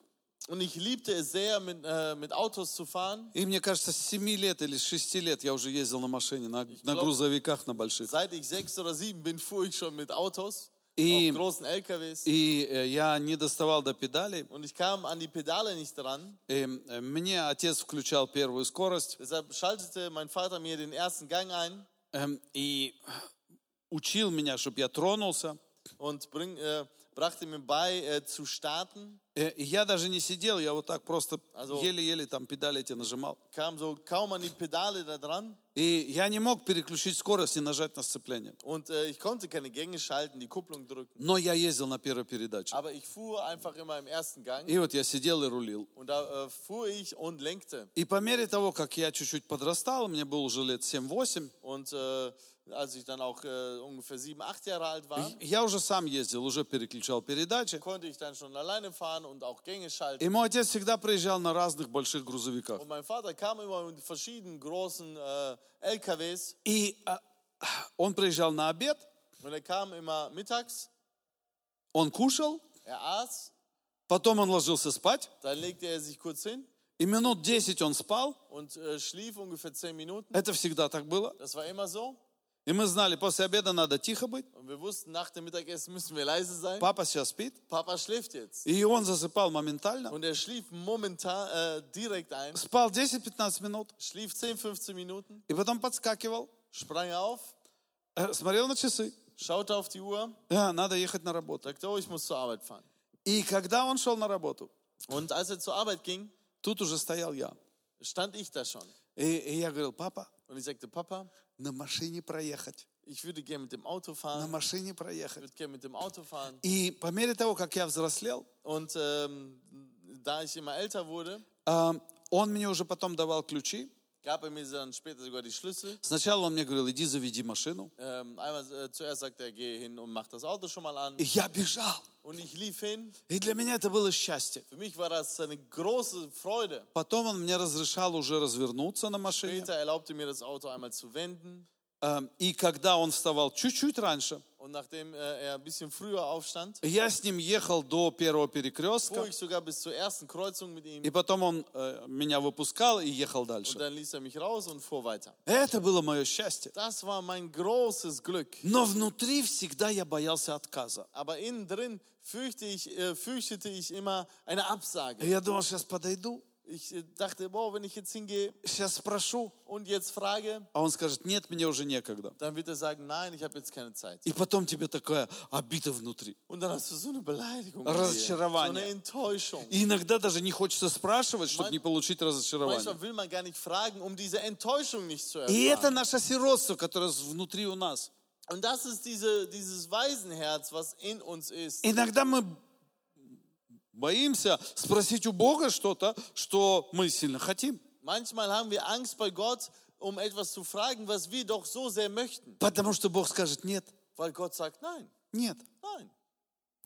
[SPEAKER 2] Und ich liebte es sehr, mit, äh, mit Autos zu fahren.
[SPEAKER 1] И мне кажется, с 7 лет или с 6 лет я уже ездил на машине, на, на
[SPEAKER 2] glaube-
[SPEAKER 1] грузовиках, на больших.
[SPEAKER 2] Seit ich sechs oder sieben bin, fuhr ich schon mit Autos,
[SPEAKER 1] И-
[SPEAKER 2] auf großen LKWs.
[SPEAKER 1] И э, я не доставал до педалей.
[SPEAKER 2] Und ich kam an die Pedale nicht dran.
[SPEAKER 1] И, э, мне отец включал первую скорость
[SPEAKER 2] Deshalb schaltete mein Vater mir den ersten Gang ein
[SPEAKER 1] эм, и учил меня, чтобы я tронулся.
[SPEAKER 2] und bring, äh, brachte mir bei, äh, zu starten.
[SPEAKER 1] Э, и я даже не сидел, я вот так просто
[SPEAKER 2] Also-
[SPEAKER 1] еле-еле там педали эти нажимал.
[SPEAKER 2] Kam so kaum an die Pedale da dran.
[SPEAKER 1] И я не мог переключить скорость и нажать на сцепление.
[SPEAKER 2] Und äh, ich konnte keine Gänge schalten, die Kupplung drücken.
[SPEAKER 1] Но я ездил на первой передаче.
[SPEAKER 2] Aber ich fuhr einfach immer im ersten Gang.
[SPEAKER 1] И вот я сидел и рулил.
[SPEAKER 2] Und da äh, fuhr ich und lenkte.
[SPEAKER 1] И по мере того, как я чуть-чуть подрастал, мне было уже лет 7-8,
[SPEAKER 2] Und äh, als ich dann auch äh, ungefähr sieben, acht Jahre alt war,
[SPEAKER 1] Я уже сам ездил, уже переключал передачи.
[SPEAKER 2] konnte ich dann schon alleine fahren und auch Gänge
[SPEAKER 1] И
[SPEAKER 2] schalten.
[SPEAKER 1] мой отец всегда приезжал на разных больших грузовиках.
[SPEAKER 2] Und mein Vater kam immer mit verschiedenen großen äh, LKWs
[SPEAKER 1] И а, он приезжал на обед,
[SPEAKER 2] und er kam immer mittags,
[SPEAKER 1] он кушал,
[SPEAKER 2] er aß,
[SPEAKER 1] потом он ложился спать,
[SPEAKER 2] dann legte er sich kurz hin
[SPEAKER 1] и минут 10 он спал.
[SPEAKER 2] und äh, schlief ungefähr zehn Minuten.
[SPEAKER 1] Это всегда так было.
[SPEAKER 2] Das war immer so.
[SPEAKER 1] И мы знали, после обеда надо тихо быть.
[SPEAKER 2] Und wir wussten, nach dem Mittagessen müssen wir leise sein.
[SPEAKER 1] Папа сейчас спит.
[SPEAKER 2] Papa schläft jetzt.
[SPEAKER 1] И он засыпал моментально.
[SPEAKER 2] Und er schlief momentan äh, direkt ein,
[SPEAKER 1] Спал 10-15 минут.
[SPEAKER 2] schlief 10, 15 Minuten,
[SPEAKER 1] И потом подскакивал,
[SPEAKER 2] sprang auf,
[SPEAKER 1] э, смотрел на часы.
[SPEAKER 2] schaute auf die Uhr,
[SPEAKER 1] «А, надо ехать на работу.
[SPEAKER 2] sagte, oh, ich muss zur Arbeit fahren.
[SPEAKER 1] И когда он шел на работу,
[SPEAKER 2] Und als er zur Arbeit ging,
[SPEAKER 1] тут уже стоял я.
[SPEAKER 2] stand ich da schon.
[SPEAKER 1] И- и я говорил, папа,
[SPEAKER 2] Und ich sagte, Papa,
[SPEAKER 1] на машине проехать,
[SPEAKER 2] ich würde gerne mit dem Auto
[SPEAKER 1] на
[SPEAKER 2] fahren.
[SPEAKER 1] машине
[SPEAKER 2] Ich
[SPEAKER 1] проехать.
[SPEAKER 2] würde gerne mit dem Auto fahren.
[SPEAKER 1] И по мере того, как я взрослел,
[SPEAKER 2] Und ähm, da ich immer älter wurde,
[SPEAKER 1] а, он мне уже потом давал ключи.
[SPEAKER 2] gab er mir dann später sogar die Schlüssel.
[SPEAKER 1] Sначала он мне говорил, иди заведи машину.
[SPEAKER 2] Ähm, einmal, äh, zuerst sagte er, geh hin und mach das Auto schon mal an.
[SPEAKER 1] И я бежал.
[SPEAKER 2] Und ich lief hin.
[SPEAKER 1] И для меня это было счастье.
[SPEAKER 2] Für mich war das eine große Freude.
[SPEAKER 1] Потом он мне разрешал уже развернуться на машине.
[SPEAKER 2] Peter erlaubte mir, das Auto einmal zu wenden.
[SPEAKER 1] А, И когда он wставал чуть-чуть раньше,
[SPEAKER 2] Und nachdem äh, er ein bisschen früher aufstand,
[SPEAKER 1] я с ним ехал до первого
[SPEAKER 2] fuhr
[SPEAKER 1] перекрестка.
[SPEAKER 2] ich sogar bis zur ersten Kreuzung mit ihm.
[SPEAKER 1] И потом он э, меня выпускал и ехал
[SPEAKER 2] Und
[SPEAKER 1] дальше.
[SPEAKER 2] dann ließ er mich raus und fuhr weiter.
[SPEAKER 1] Это было мое счастье.
[SPEAKER 2] Das war mein großes Glück.
[SPEAKER 1] Но внутри всегда я боялся отказа.
[SPEAKER 2] Aber innen drin fürchte ich, äh, fürchtete ich immer eine
[SPEAKER 1] И
[SPEAKER 2] Absage.
[SPEAKER 1] я думал, сейчас подойду,
[SPEAKER 2] Ich äh, dachte, boah, wenn ich jetzt hingehe
[SPEAKER 1] сейчас спрошу.
[SPEAKER 2] und jetzt frage,
[SPEAKER 1] А он скажет, нет, мне уже некогда.
[SPEAKER 2] dann wird er sagen, nein, ich habe jetzt keine Zeit.
[SPEAKER 1] И потом тебе такая обида внутри.
[SPEAKER 2] Und dann hast du so eine Beleidigung, in dir, so
[SPEAKER 1] Разочарование.
[SPEAKER 2] eine Enttäuschung.
[SPEAKER 1] И иногда даже не хочется спрашивать, чтобы не получить разочарование.
[SPEAKER 2] Manchmal will man gar nicht fragen, um diese Enttäuschung nicht zu
[SPEAKER 1] И это
[SPEAKER 2] erfahren.
[SPEAKER 1] наше сиротство, которое с- внутри у нас.
[SPEAKER 2] Und das ist diese, dieses Waisenherz, was in uns ist.
[SPEAKER 1] Иногда мы боимся спросить у Бога что-то, что мы сильно хотим.
[SPEAKER 2] Manchmal haben wir Angst bei Gott, um etwas zu fragen, was wir doch so sehr möchten.
[SPEAKER 1] Потому что Бог скажет, нет,
[SPEAKER 2] Weil Gott sagt, nein,
[SPEAKER 1] нет.
[SPEAKER 2] nein.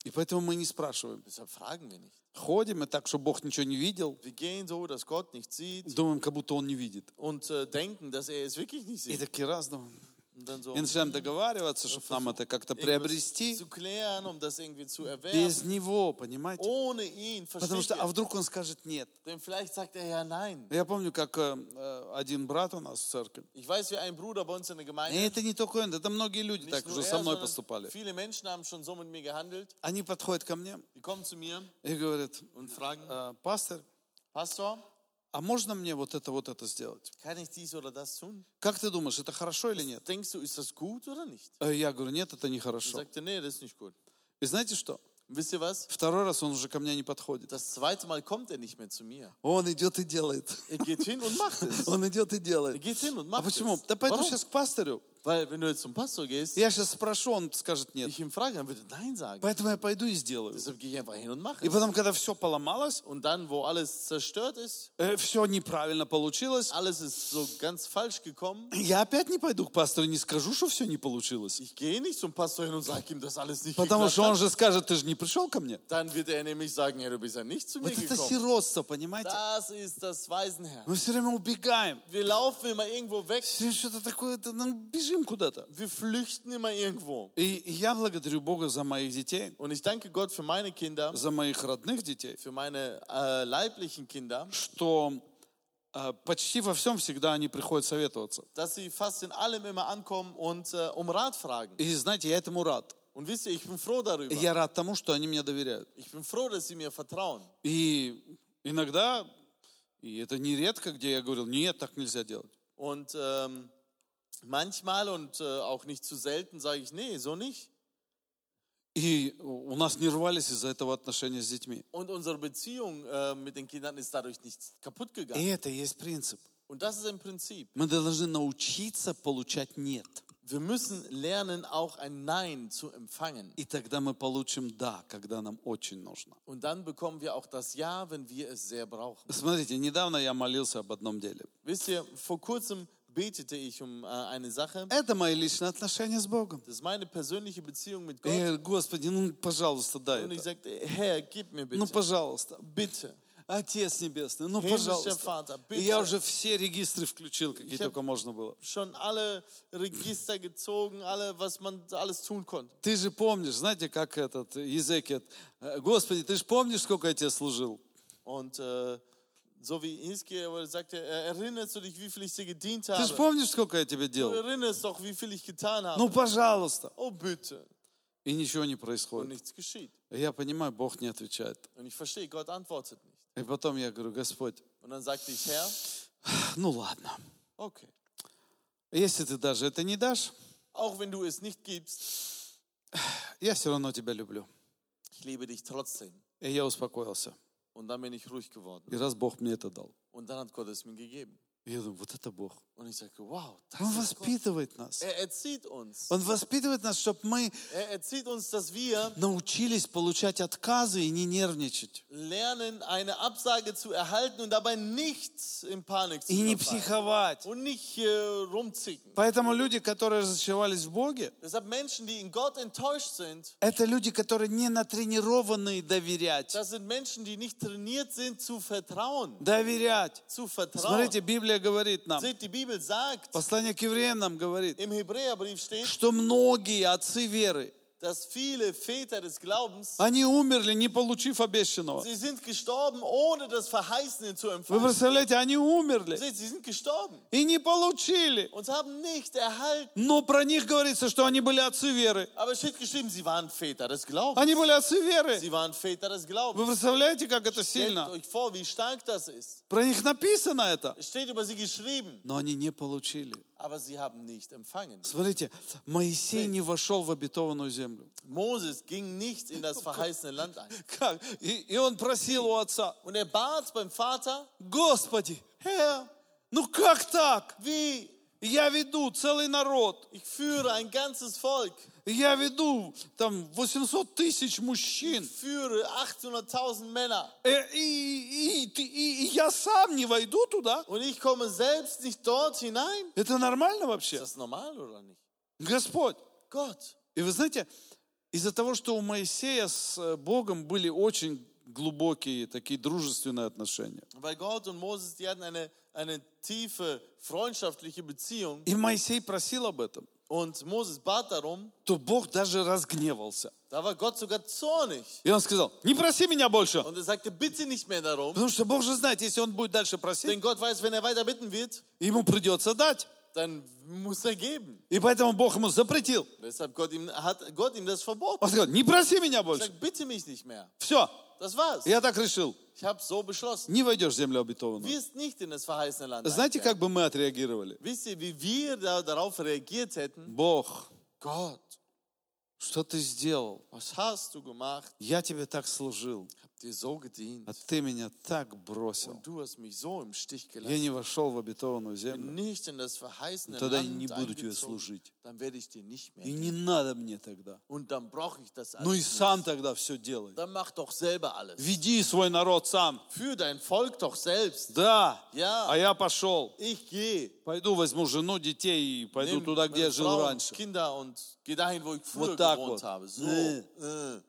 [SPEAKER 1] И поэтому мы не спрашиваем.
[SPEAKER 2] Deshalb fragen wir nicht.
[SPEAKER 1] Ходим и так, чтобы Бог ничего не видел.
[SPEAKER 2] Wir gehen so, dass Gott nicht sieht.
[SPEAKER 1] Думаем, как будто Он не видит.
[SPEAKER 2] und äh, denken, dass er es wirklich nicht
[SPEAKER 1] И
[SPEAKER 2] sieht.
[SPEAKER 1] такие раз думаем,
[SPEAKER 2] Und Und dann so
[SPEAKER 1] И начинаем договариваться, чтобы нам это как-то
[SPEAKER 2] irgendwas
[SPEAKER 1] приобрести
[SPEAKER 2] zu klären, um das irgendwie zu erwerben.
[SPEAKER 1] без него, понимаете?
[SPEAKER 2] Ohne ihn,
[SPEAKER 1] Потому
[SPEAKER 2] versteht
[SPEAKER 1] что, а
[SPEAKER 2] ihr?
[SPEAKER 1] вдруг он скажет нет?
[SPEAKER 2] Denn vielleicht sagt er ja nein.
[SPEAKER 1] Я помню, как э, э, один брат у нас в церкви.
[SPEAKER 2] Ich weiß, wie ein Bruder bei uns in der
[SPEAKER 1] И
[SPEAKER 2] Gemeinde
[SPEAKER 1] это не только он, это многие люди
[SPEAKER 2] Nicht
[SPEAKER 1] так
[SPEAKER 2] nur
[SPEAKER 1] уже
[SPEAKER 2] er,
[SPEAKER 1] со мной
[SPEAKER 2] sondern
[SPEAKER 1] поступали.
[SPEAKER 2] Viele Menschen haben schon so mit mir gehandelt.
[SPEAKER 1] Они подходят ко мне
[SPEAKER 2] Die kommen zu mir
[SPEAKER 1] и говорят,
[SPEAKER 2] und fragen,
[SPEAKER 1] «Э, пастор,
[SPEAKER 2] Pastor,
[SPEAKER 1] а можно мне вот это, вот это сделать?
[SPEAKER 2] kann ich dies oder das tun?
[SPEAKER 1] Как ты думаешь, это хорошо или нет?
[SPEAKER 2] Denkst du, ist das gut oder nicht?
[SPEAKER 1] Э, Я говорю, нет, это
[SPEAKER 2] Dann
[SPEAKER 1] нехорошо.
[SPEAKER 2] sagt er, nee, das ist nicht gut.
[SPEAKER 1] И знаете что?
[SPEAKER 2] Und wisst ihr was?
[SPEAKER 1] Второй раз он уже ко мне не подходит.
[SPEAKER 2] Das zweite Mal kommt er nicht mehr zu mir.
[SPEAKER 1] Он идет и делает.
[SPEAKER 2] Er geht hin und macht es.
[SPEAKER 1] Он идет и
[SPEAKER 2] Er
[SPEAKER 1] делает.
[SPEAKER 2] geht hin und
[SPEAKER 1] А
[SPEAKER 2] macht
[SPEAKER 1] почему?
[SPEAKER 2] es.
[SPEAKER 1] Да пойду
[SPEAKER 2] Warum?
[SPEAKER 1] сейчас к пастору.
[SPEAKER 2] Weil wenn du jetzt zum Pastor gehst,
[SPEAKER 1] Я сейчас спрошу, он скажет нет.
[SPEAKER 2] ich ihm frage, dann wird er Nein sagen.
[SPEAKER 1] Поэтому я пойду и сделаю.
[SPEAKER 2] Deshalb gehe ich einfach hin und mache
[SPEAKER 1] И
[SPEAKER 2] es.
[SPEAKER 1] потом, когда все поломалось,
[SPEAKER 2] Und dann, wo alles zerstört ist,
[SPEAKER 1] все неправильно получилось,
[SPEAKER 2] alles ist so ganz falsch gekommen,
[SPEAKER 1] я опять не пойду к пастору и не скажу, что все не получилось.
[SPEAKER 2] ich gehe nicht zum Pastor hin und sage ihm, dass alles nicht
[SPEAKER 1] Потому
[SPEAKER 2] geklappt
[SPEAKER 1] что он
[SPEAKER 2] hat.
[SPEAKER 1] же скажет, ты же не пришел ко мне.
[SPEAKER 2] Dann wird er nämlich sagen, ja, du bist ja nicht zu
[SPEAKER 1] Вот
[SPEAKER 2] mir
[SPEAKER 1] это
[SPEAKER 2] gekommen.
[SPEAKER 1] сиротство, понимаете?
[SPEAKER 2] Das ist das Waisenherz.
[SPEAKER 1] Мы все время убегаем.
[SPEAKER 2] Wir laufen immer irgendwo weg.
[SPEAKER 1] Все время что-то такое, это, ну, бежим куда-то.
[SPEAKER 2] Wir flüchten immer irgendwo.
[SPEAKER 1] И и я благодарю Бога за моих детей,
[SPEAKER 2] Und ich danke Gott für meine Kinder,
[SPEAKER 1] за моих родных детей,
[SPEAKER 2] für meine äh, leiblichen Kinder,
[SPEAKER 1] что э, почти во всем всегда они приходят советоваться.
[SPEAKER 2] dass sie fast in allem immer ankommen und äh, um Rat fragen.
[SPEAKER 1] И знаете, я этому рад.
[SPEAKER 2] Und wisst ihr, ich bin froh
[SPEAKER 1] И
[SPEAKER 2] darüber.
[SPEAKER 1] Я рад тому, что они мне доверяют.
[SPEAKER 2] Ich bin froh, dass sie mir vertrauen.
[SPEAKER 1] И иногда, и это нередко, где я говорил, нет, так нельзя делать.
[SPEAKER 2] Und ähm, manchmal und äh, auch nicht zu selten sage ich, nee, so nicht.
[SPEAKER 1] И у нас не рвались из-за этого отношения с детьми.
[SPEAKER 2] Und unsere Beziehung äh, mit den Kindern ist dadurch nicht kaputt
[SPEAKER 1] И
[SPEAKER 2] gegangen.
[SPEAKER 1] это и есть принцип.
[SPEAKER 2] Und das ist im Prinzip.
[SPEAKER 1] Мы должны научиться получать «нет».
[SPEAKER 2] Wir müssen lernen, auch ein Nein zu empfangen.
[SPEAKER 1] И тогда мы получим «да», когда нам очень нужно.
[SPEAKER 2] Und dann bekommen wir auch das Ja, wenn wir es sehr brauchen.
[SPEAKER 1] Смотрите, недавно я молился об одном деле.
[SPEAKER 2] Wisst ihr, vor kurzem betete ich um äh, eine Sache.
[SPEAKER 1] Это мои личные отношения с Богом.
[SPEAKER 2] Das ist meine persönliche Beziehung mit
[SPEAKER 1] Я
[SPEAKER 2] Gott.
[SPEAKER 1] говорю, Господи, ну, пожалуйста, дай
[SPEAKER 2] Und ich
[SPEAKER 1] это.
[SPEAKER 2] sagte, Herr, gib mir
[SPEAKER 1] Ну,
[SPEAKER 2] bitte,
[SPEAKER 1] пожалуйста.
[SPEAKER 2] bitte.
[SPEAKER 1] Отец Небесный, ну,
[SPEAKER 2] Himmlischer
[SPEAKER 1] пожалуйста.
[SPEAKER 2] Vater,
[SPEAKER 1] И я
[SPEAKER 2] bitte.
[SPEAKER 1] уже все регистры включил, какие
[SPEAKER 2] Ich hab-
[SPEAKER 1] только можно было.
[SPEAKER 2] Schon alle Register gezogen, alle, was man alles tun konnte.
[SPEAKER 1] Ты же помнишь, знаете, как этот Езекет, э, Господи, ты же помнишь, сколько я тебе служил?
[SPEAKER 2] Und äh, so wie Hiskia sagte, äh, erinnerst du dich, wie viel ich dir gedient
[SPEAKER 1] Ты же
[SPEAKER 2] habe?
[SPEAKER 1] помнишь, сколько я тебе
[SPEAKER 2] Du
[SPEAKER 1] делал?
[SPEAKER 2] erinnerst doch, wie viel ich getan
[SPEAKER 1] Ну,
[SPEAKER 2] habe.
[SPEAKER 1] пожалуйста.
[SPEAKER 2] Oh, bitte.
[SPEAKER 1] И ничего не
[SPEAKER 2] Und
[SPEAKER 1] происходит.
[SPEAKER 2] nichts geschieht.
[SPEAKER 1] Я понимаю, Бог не отвечает.
[SPEAKER 2] Und ich verstehe, Gott antwortet nicht.
[SPEAKER 1] И потом я говорю, Господь,
[SPEAKER 2] Und dann sagte ich, Herr,
[SPEAKER 1] ну ладно.
[SPEAKER 2] okay,
[SPEAKER 1] Если ты даже это не дашь,
[SPEAKER 2] auch wenn du es nicht gibst,
[SPEAKER 1] я все равно тебя люблю.
[SPEAKER 2] ich liebe dich trotzdem.
[SPEAKER 1] И я успокоился.
[SPEAKER 2] Und dann bin ich ruhig geworden.
[SPEAKER 1] И раз Бог мне это дал.
[SPEAKER 2] Und dann hat Gott es mir gegeben.
[SPEAKER 1] Я думаю, вот это Бог.
[SPEAKER 2] Und ich sagte, wow,
[SPEAKER 1] Он
[SPEAKER 2] das ist Gott.
[SPEAKER 1] воспитывает нас.
[SPEAKER 2] Er erzieht uns.
[SPEAKER 1] Он воспитывает нас, чтобы мы
[SPEAKER 2] Er erzieht uns, dass wir
[SPEAKER 1] научились получать отказы и не нервничать.
[SPEAKER 2] lernen, eine Absage zu erhalten und dabei nicht in Panik zu
[SPEAKER 1] И не
[SPEAKER 2] verfallen.
[SPEAKER 1] психовать.
[SPEAKER 2] Und nicht äh, rumzicken.
[SPEAKER 1] Поэтому люди, которые разочаровались в Боге,
[SPEAKER 2] Deshalb Menschen, die in Gott enttäuscht sind,
[SPEAKER 1] это люди, которые не натренированы доверять.
[SPEAKER 2] das sind Menschen, die nicht trainiert sind zu vertrauen.
[SPEAKER 1] Доверять.
[SPEAKER 2] Zu vertrauen.
[SPEAKER 1] Смотрите, Библия говорит нам,
[SPEAKER 2] Seht, die Bibel sagt,
[SPEAKER 1] послание к евреям нам говорит,
[SPEAKER 2] im Hebräerbrief steht,
[SPEAKER 1] что многие отцы веры,
[SPEAKER 2] dass viele Väter des Glaubens,
[SPEAKER 1] они умерли, не получив обещанного.
[SPEAKER 2] sie sind gestorben, ohne das Verheißene zu
[SPEAKER 1] Вы
[SPEAKER 2] empfangen.
[SPEAKER 1] представляете, они умерли
[SPEAKER 2] Seht, sie sind gestorben
[SPEAKER 1] и не получили.
[SPEAKER 2] und haben nicht erhalten.
[SPEAKER 1] Но про них говорится, что они были отцы веры.
[SPEAKER 2] Aber es steht geschrieben, sie waren Väter des Glaubens.
[SPEAKER 1] Они были отцы веры.
[SPEAKER 2] Sie waren Väter des Glaubens.
[SPEAKER 1] Вы представляете, как это
[SPEAKER 2] Stellt
[SPEAKER 1] сильно?
[SPEAKER 2] euch vor, wie stark das ist.
[SPEAKER 1] Про них написано это.
[SPEAKER 2] Es steht über sie geschrieben,
[SPEAKER 1] Но они не получили.
[SPEAKER 2] aber sie haben nicht empfangen.
[SPEAKER 1] Смотрите, Моисей не вошел в обетованную землю.
[SPEAKER 2] Moses ging nicht in das verheißene Land ein.
[SPEAKER 1] Как? И, и он просил у отца,
[SPEAKER 2] Und er bat beim Vater,
[SPEAKER 1] Господи,
[SPEAKER 2] Herr,
[SPEAKER 1] ну как так?
[SPEAKER 2] wie?
[SPEAKER 1] Я веду целый народ,
[SPEAKER 2] Ich führe ein ganzes Volk.
[SPEAKER 1] я веду там 800 тысяч мужчин,
[SPEAKER 2] Ich führe 800.000 Männer.
[SPEAKER 1] Э, и, и- и ты- и- и я сам не войду туда.
[SPEAKER 2] Und ich komme selbst nicht dort hinein.
[SPEAKER 1] Это нормально
[SPEAKER 2] Ist
[SPEAKER 1] вообще?
[SPEAKER 2] das normal oder nicht?
[SPEAKER 1] Господь.
[SPEAKER 2] Gott.
[SPEAKER 1] И вы знаете, из-за того, что у Моисея с э, Богом были очень глубокие такие дружественные отношения.
[SPEAKER 2] Weil Gott und Moses, die hatten eine, eine tiefe freundschaftliche Beziehung.
[SPEAKER 1] И Моисей просил об этом.
[SPEAKER 2] Und Moses bat darum,
[SPEAKER 1] то Бог даже разгневался.
[SPEAKER 2] da war Gott sogar zornig.
[SPEAKER 1] И он сказал, не проси меня больше.
[SPEAKER 2] Und er sagte, bitte nicht mehr darum,
[SPEAKER 1] Потому что Бог же знает, если он будет дальше
[SPEAKER 2] denn
[SPEAKER 1] просить,
[SPEAKER 2] Gott weiß, wenn er weiter bitten wird,
[SPEAKER 1] ему придется дать.
[SPEAKER 2] dann muss er geben.
[SPEAKER 1] И поэтому Бог ему запретил.
[SPEAKER 2] Deshalb Gott ihm, hat Gott ihm das verboten.
[SPEAKER 1] Он сказал, не проси меня
[SPEAKER 2] Er
[SPEAKER 1] больше.
[SPEAKER 2] sagt, bitte mich nicht mehr.
[SPEAKER 1] Все,
[SPEAKER 2] Das war's.
[SPEAKER 1] я так решил.
[SPEAKER 2] Ich habe so beschlossen.
[SPEAKER 1] Не войдешь в землю обетованную.
[SPEAKER 2] Wirst nicht in das verheißene Land.
[SPEAKER 1] Знаете,
[SPEAKER 2] einkehren.
[SPEAKER 1] как бы мы отреагировали?
[SPEAKER 2] Wisst ihr, wie wir da, darauf reagiert hätten?
[SPEAKER 1] Бог,
[SPEAKER 2] Gott,
[SPEAKER 1] что ты сделал?
[SPEAKER 2] was hast du gemacht?
[SPEAKER 1] Я тебе так служил,
[SPEAKER 2] Hab dir so gedient.
[SPEAKER 1] а ты меня так бросил.
[SPEAKER 2] Und du hast mich so im Stich gelassen.
[SPEAKER 1] Я не вошел в обетованную
[SPEAKER 2] Bin
[SPEAKER 1] землю.
[SPEAKER 2] nicht in das verheißene
[SPEAKER 1] Тогда я
[SPEAKER 2] Land
[SPEAKER 1] не буду тебе
[SPEAKER 2] eingezogen,
[SPEAKER 1] служить.
[SPEAKER 2] Dann werde ich dir nicht mehr.
[SPEAKER 1] И не надо мне тогда.
[SPEAKER 2] Und dann brauche ich das
[SPEAKER 1] Ну и
[SPEAKER 2] alles.
[SPEAKER 1] сам тогда все делай.
[SPEAKER 2] Dann mach doch selber alles.
[SPEAKER 1] Веди свой народ сам.
[SPEAKER 2] Für dein Volk doch selbst.
[SPEAKER 1] Да,
[SPEAKER 2] Я-
[SPEAKER 1] а я пошел.
[SPEAKER 2] Ich gehe.
[SPEAKER 1] Пойду возьму жену, детей и пойду
[SPEAKER 2] Nimm
[SPEAKER 1] туда, где я
[SPEAKER 2] meine
[SPEAKER 1] жил
[SPEAKER 2] Frau und
[SPEAKER 1] раньше.
[SPEAKER 2] Kinder und geh dahin, wo ich
[SPEAKER 1] Вот
[SPEAKER 2] früher
[SPEAKER 1] так
[SPEAKER 2] gewohnt
[SPEAKER 1] вот.
[SPEAKER 2] habe. So,
[SPEAKER 1] Äh.
[SPEAKER 2] äh.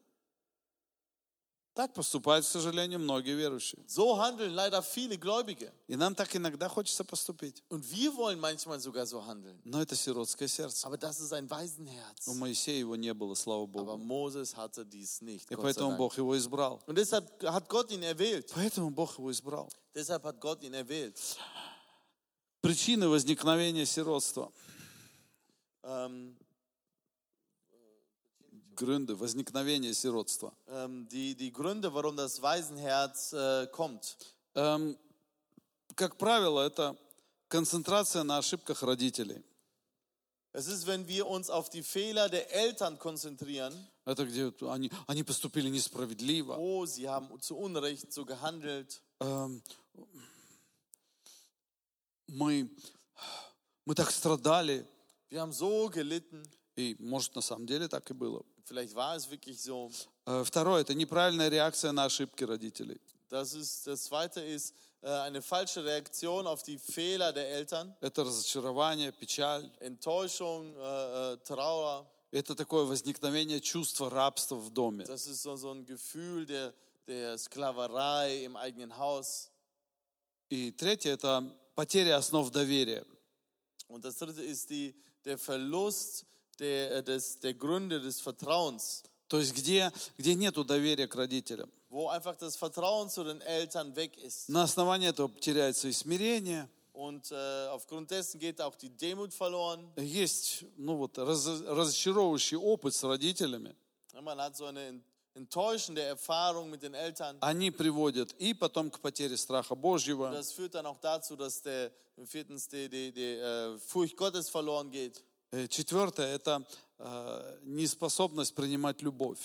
[SPEAKER 1] Так поступают, к сожалению, многие верующие.
[SPEAKER 2] so handeln leider viele Gläubige.
[SPEAKER 1] И нам так иногда хочется поступить.
[SPEAKER 2] Und wir wollen manchmal sogar so handeln.
[SPEAKER 1] Но это сиротское сердце.
[SPEAKER 2] Aber das ist ein Waisenherz.
[SPEAKER 1] У Моисея его не было, слава
[SPEAKER 2] Aber
[SPEAKER 1] Богу.
[SPEAKER 2] Moses hatte dies nicht.
[SPEAKER 1] И
[SPEAKER 2] Gott sei
[SPEAKER 1] поэтому
[SPEAKER 2] Dank.
[SPEAKER 1] Бог его избрал.
[SPEAKER 2] Und deshalb hat Gott ihn erwählt.
[SPEAKER 1] Поэтому Бог его избрал.
[SPEAKER 2] Deshalb hat Gott ihn erwählt.
[SPEAKER 1] Причины возникновения сиротства.
[SPEAKER 2] Ähm,
[SPEAKER 1] Грынды, возникновение сиротства.
[SPEAKER 2] ähm, die, die Gründe, warum das Waisenherz äh, kommt.
[SPEAKER 1] Эм, как правило, это концентрация на ошибках родителей.
[SPEAKER 2] Es ist, wenn wir uns auf die Fehler der Eltern konzentrieren.
[SPEAKER 1] Это где вот они, они поступили несправедливо.
[SPEAKER 2] Oh, sie haben zu Unrecht so gehandelt.
[SPEAKER 1] Эм, мы, мы так страдали.
[SPEAKER 2] Wir haben so gelitten.
[SPEAKER 1] И, может, на самом деле так и было.
[SPEAKER 2] Vielleicht war es wirklich so.
[SPEAKER 1] Э, Второе, это неправильная реакция на ошибки родителей.
[SPEAKER 2] Das, ist, das zweite ist äh, eine falsche Reaktion auf die Fehler der Eltern.
[SPEAKER 1] Это разочарование, печаль.
[SPEAKER 2] Enttäuschung, äh, äh, Trauer.
[SPEAKER 1] Это такое возникновение чувства rабства в доме.
[SPEAKER 2] Das ist so, so ein Gefühl der, der Sklaverei im eigenen Haus.
[SPEAKER 1] И третье, это потеря основ доверия.
[SPEAKER 2] Und das dritte ist die, der Verlust der, äh, des, der Gründe des Vertrauens,
[SPEAKER 1] То есть где, где нету доверия к родителям.
[SPEAKER 2] wo einfach das Vertrauen zu den Eltern weg ist.
[SPEAKER 1] На основании этого теряется и смирение.
[SPEAKER 2] Und äh, aufgrund dessen geht auch die Demut verloren.
[SPEAKER 1] Есть ну вот, раз- разочаровывающий опыт с родителями.
[SPEAKER 2] Ja, Man hat so eine ent- enttäuschende Erfahrung mit den Eltern.
[SPEAKER 1] Они приводят и потом к потере страха Божьего,
[SPEAKER 2] Das führt dann auch dazu, dass der viertens die, die, die äh, Furcht Gottes verloren geht.
[SPEAKER 1] Э, Четвертое – это э, неспособность принимать любовь.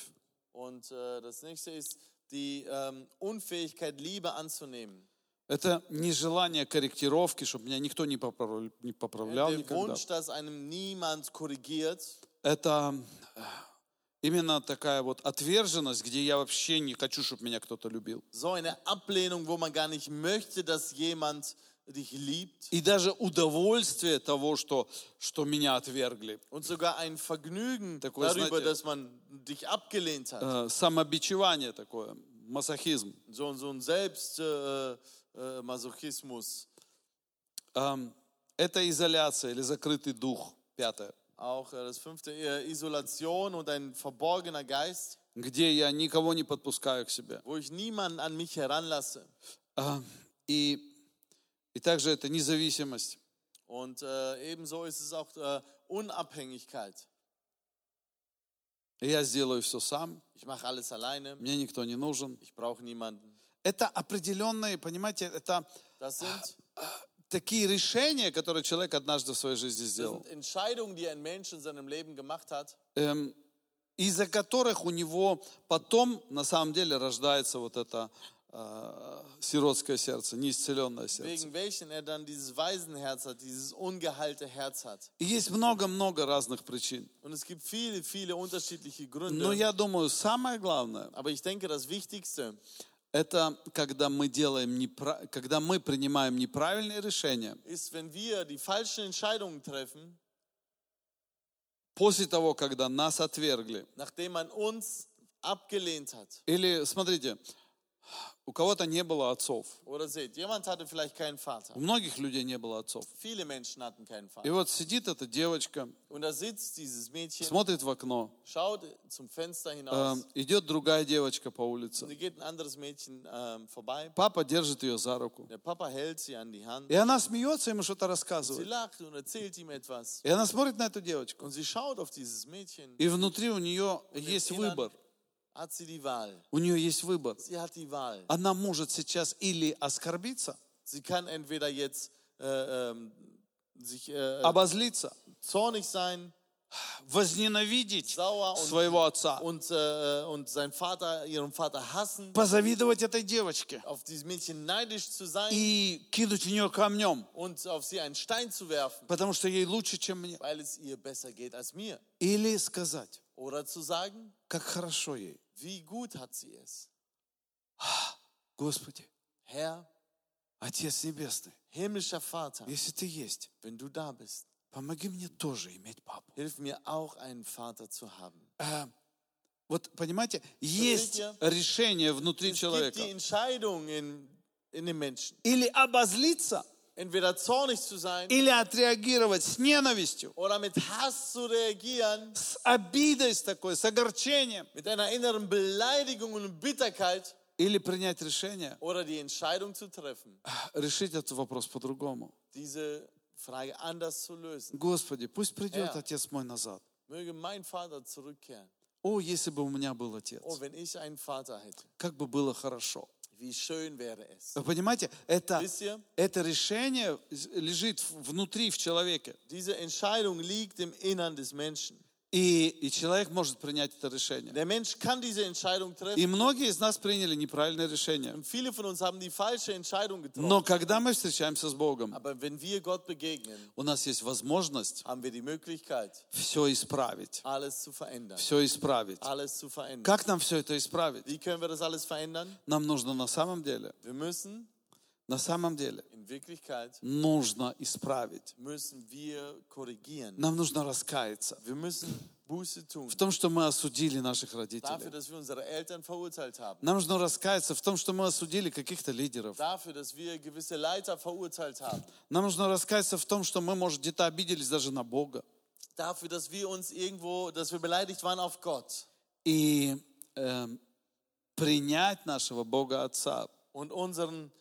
[SPEAKER 2] Und äh, das nächste ist die ähm, Unfähigkeit, Liebe anzunehmen.
[SPEAKER 1] Это нежелание корректировки, чтобы меня никто не поправ- не поправлял
[SPEAKER 2] Der
[SPEAKER 1] никогда.
[SPEAKER 2] Wunsch, dass einem niemand korrigiert.
[SPEAKER 1] Это э, именно такая вот отверженность, где я вообще не хочу, чтобы меня кто-то любил.
[SPEAKER 2] So eine Ablehnung, wo man gar nicht möchte, dass jemand dich liebt.
[SPEAKER 1] И даже удовольствие того, что, что меня отвергли.
[SPEAKER 2] Und sogar ein Vergnügen
[SPEAKER 1] Так вы
[SPEAKER 2] darüber,
[SPEAKER 1] знаете-
[SPEAKER 2] dass man dich abgelehnt hat.
[SPEAKER 1] Э, самобичевание такое, масохизм.
[SPEAKER 2] So, so ein Selbstmasochismus. Äh, äh, Masochismus.
[SPEAKER 1] Эм, это изоляция или закрытый дух, пятое.
[SPEAKER 2] Auch äh, das fünfte, äh, Isolation und ein verborgener Geist,
[SPEAKER 1] Где я никого не подпускаю к себе.
[SPEAKER 2] wo ich niemanden an mich heranlasse.
[SPEAKER 1] А, И, и также это независимость.
[SPEAKER 2] Und äh, ebenso ist es auch äh, Unabhängigkeit.
[SPEAKER 1] Я сделаю все сам,
[SPEAKER 2] Ich mache alles alleine,
[SPEAKER 1] мне никто не нужен.
[SPEAKER 2] ich brauche niemanden.
[SPEAKER 1] Это определенные, понимаете, это
[SPEAKER 2] Das sind,
[SPEAKER 1] такие решения, которые человек однажды в своей жизни
[SPEAKER 2] das
[SPEAKER 1] сделал,
[SPEAKER 2] sind Entscheidungen, die ein Mensch in seinem Leben gemacht hat.
[SPEAKER 1] эм, из-за которых у него потом на самом деле рождается вот это э, сиротское сердце, неисцеленное сердце.
[SPEAKER 2] wegen welchen er dann dieses Waisenherz hat, dieses ungeheilte Herz hat.
[SPEAKER 1] И есть много-много разных причин.
[SPEAKER 2] Und es gibt viele, viele unterschiedliche
[SPEAKER 1] Но
[SPEAKER 2] Gründe.
[SPEAKER 1] я думаю, самое главное,
[SPEAKER 2] Aber ich denke, das Wichtigste
[SPEAKER 1] это когда мы делаем непра- когда мы принимаем неправильные решения,
[SPEAKER 2] ist, wenn wir die falschen Entscheidungen treffen,
[SPEAKER 1] после того, когда нас отвергли.
[SPEAKER 2] nachdem man uns abgelehnt hat.
[SPEAKER 1] Или, смотрите, У кого-то не было отцов.
[SPEAKER 2] Oder seht, jemand hatte vielleicht keinen Vater.
[SPEAKER 1] У многих людей не было отцов.
[SPEAKER 2] Viele Menschen hatten keinen
[SPEAKER 1] И
[SPEAKER 2] Vater.
[SPEAKER 1] вот sидит эта девочка,
[SPEAKER 2] Und da sitzt dieses Mädchen,
[SPEAKER 1] смотрит в окно.
[SPEAKER 2] schaut zum Fenster
[SPEAKER 1] Э,
[SPEAKER 2] hinaus
[SPEAKER 1] идет другая девочка по
[SPEAKER 2] und
[SPEAKER 1] улице.
[SPEAKER 2] da geht ein anderes Mädchen ähm, vorbei.
[SPEAKER 1] Папа держит ее за руку.
[SPEAKER 2] Der Papa hält sie an die Hand.
[SPEAKER 1] И она смеется, ему что-то
[SPEAKER 2] Sie
[SPEAKER 1] рассказывает.
[SPEAKER 2] lacht und erzählt ihm etwas.
[SPEAKER 1] И она смотрит на эту девочку.
[SPEAKER 2] Und sie schaut auf dieses Mädchen.
[SPEAKER 1] И внутри у нее есть
[SPEAKER 2] Im Innern
[SPEAKER 1] выбор.
[SPEAKER 2] Hat sie die Wahl.
[SPEAKER 1] У нее есть выбор.
[SPEAKER 2] Sie hat die Wahl.
[SPEAKER 1] Она может сейчас или оскорбиться,
[SPEAKER 2] Sie kann entweder jetzt äh, ähm, sich äh,
[SPEAKER 1] обозлиться,
[SPEAKER 2] zornig sein
[SPEAKER 1] возненавидеть
[SPEAKER 2] Sauer und-
[SPEAKER 1] своего отца,
[SPEAKER 2] und, äh, und seinen Vater, ihren Vater hassen,
[SPEAKER 1] позавидовать этой девочке
[SPEAKER 2] auf dieses Mädchen neidisch zu sein
[SPEAKER 1] и кинуть в нее камнем,
[SPEAKER 2] und auf sie einen Stein zu werfen,
[SPEAKER 1] потому что ей лучше, чем мне.
[SPEAKER 2] weil es ihr besser geht als mir.
[SPEAKER 1] Или сказать,
[SPEAKER 2] Oder zu sagen,
[SPEAKER 1] как хорошо ей.
[SPEAKER 2] wie gut hat sie es.
[SPEAKER 1] Господи,
[SPEAKER 2] Herr,
[SPEAKER 1] Отец Небесный,
[SPEAKER 2] himmlischer Vater,
[SPEAKER 1] если ты есть,
[SPEAKER 2] wenn du da bist,
[SPEAKER 1] помоги мне тоже иметь папу.
[SPEAKER 2] hilf mir auch einen Vater zu haben.
[SPEAKER 1] Э, Вот понимаете, есть
[SPEAKER 2] я-
[SPEAKER 1] решение внутри
[SPEAKER 2] Es gibt die
[SPEAKER 1] человека.
[SPEAKER 2] Entscheidung in, in den Menschen,
[SPEAKER 1] Или обозлиться,
[SPEAKER 2] entweder zornig zu sein
[SPEAKER 1] или отреагировать с ненавистью,
[SPEAKER 2] oder mit Hass zu reagieren,
[SPEAKER 1] с обидой с такой, с огорчением.
[SPEAKER 2] mit einer inneren Beleidigung und Bitterkeit
[SPEAKER 1] Или принять решение,
[SPEAKER 2] oder die Entscheidung zu treffen,
[SPEAKER 1] решить этот вопрос по-другому.
[SPEAKER 2] diese Frage anders zu lösen.
[SPEAKER 1] Господи, пусть придет
[SPEAKER 2] Э.
[SPEAKER 1] отец мой назад.
[SPEAKER 2] Möge mein Vater zurückkehren.
[SPEAKER 1] О, если бы у меня был отец,
[SPEAKER 2] Oh, wenn ich einen Vater hätte,
[SPEAKER 1] как бы было хорошо.
[SPEAKER 2] wie schön wäre es.
[SPEAKER 1] Вы понимаете, это,
[SPEAKER 2] Wisst ihr?
[SPEAKER 1] это решение лежит внутри в человеке.
[SPEAKER 2] Diese Entscheidung liegt im Innern des Menschen.
[SPEAKER 1] И, и человек может принять это решение.
[SPEAKER 2] Der Mensch kann diese Entscheidung treffen.
[SPEAKER 1] И многие из нас приняли неправильное решение.
[SPEAKER 2] Und viele von uns haben die falsche Entscheidung getroffen.
[SPEAKER 1] Но когда мы встречаемся с Богом,
[SPEAKER 2] Aber wenn wir Gott begegnen,
[SPEAKER 1] у нас есть возможность
[SPEAKER 2] haben wir die Möglichkeit,
[SPEAKER 1] все исправить.
[SPEAKER 2] alles zu verändern.
[SPEAKER 1] Все исправить.
[SPEAKER 2] Alles zu verändern.
[SPEAKER 1] Как нам все это исправить?
[SPEAKER 2] Wie können wir das alles verändern?
[SPEAKER 1] Нам нужно на самом деле,
[SPEAKER 2] Wir müssen,
[SPEAKER 1] на самом деле,
[SPEAKER 2] in Wirklichkeit,
[SPEAKER 1] нужно исправить.
[SPEAKER 2] müssen wir korrigieren.
[SPEAKER 1] Нам нужно раскаяться
[SPEAKER 2] Wir müssen Buße tun
[SPEAKER 1] в том, что мы осудили наших
[SPEAKER 2] dafür,
[SPEAKER 1] родителей.
[SPEAKER 2] dass wir unsere Eltern verurteilt haben.
[SPEAKER 1] Нам нужно раскаяться в том, что мы осудили каких-то лидеров.
[SPEAKER 2] Dafür, dass wir gewisse Leiter verurteilt haben.
[SPEAKER 1] Нам нужно раскаяться в том, что мы, может, где-то обиделись даже на Бога.
[SPEAKER 2] Dafür, dass wir uns irgendwo, dass wir beleidigt waren auf Gott.
[SPEAKER 1] И эм, принять нашего Бога Отца,
[SPEAKER 2] Und unseren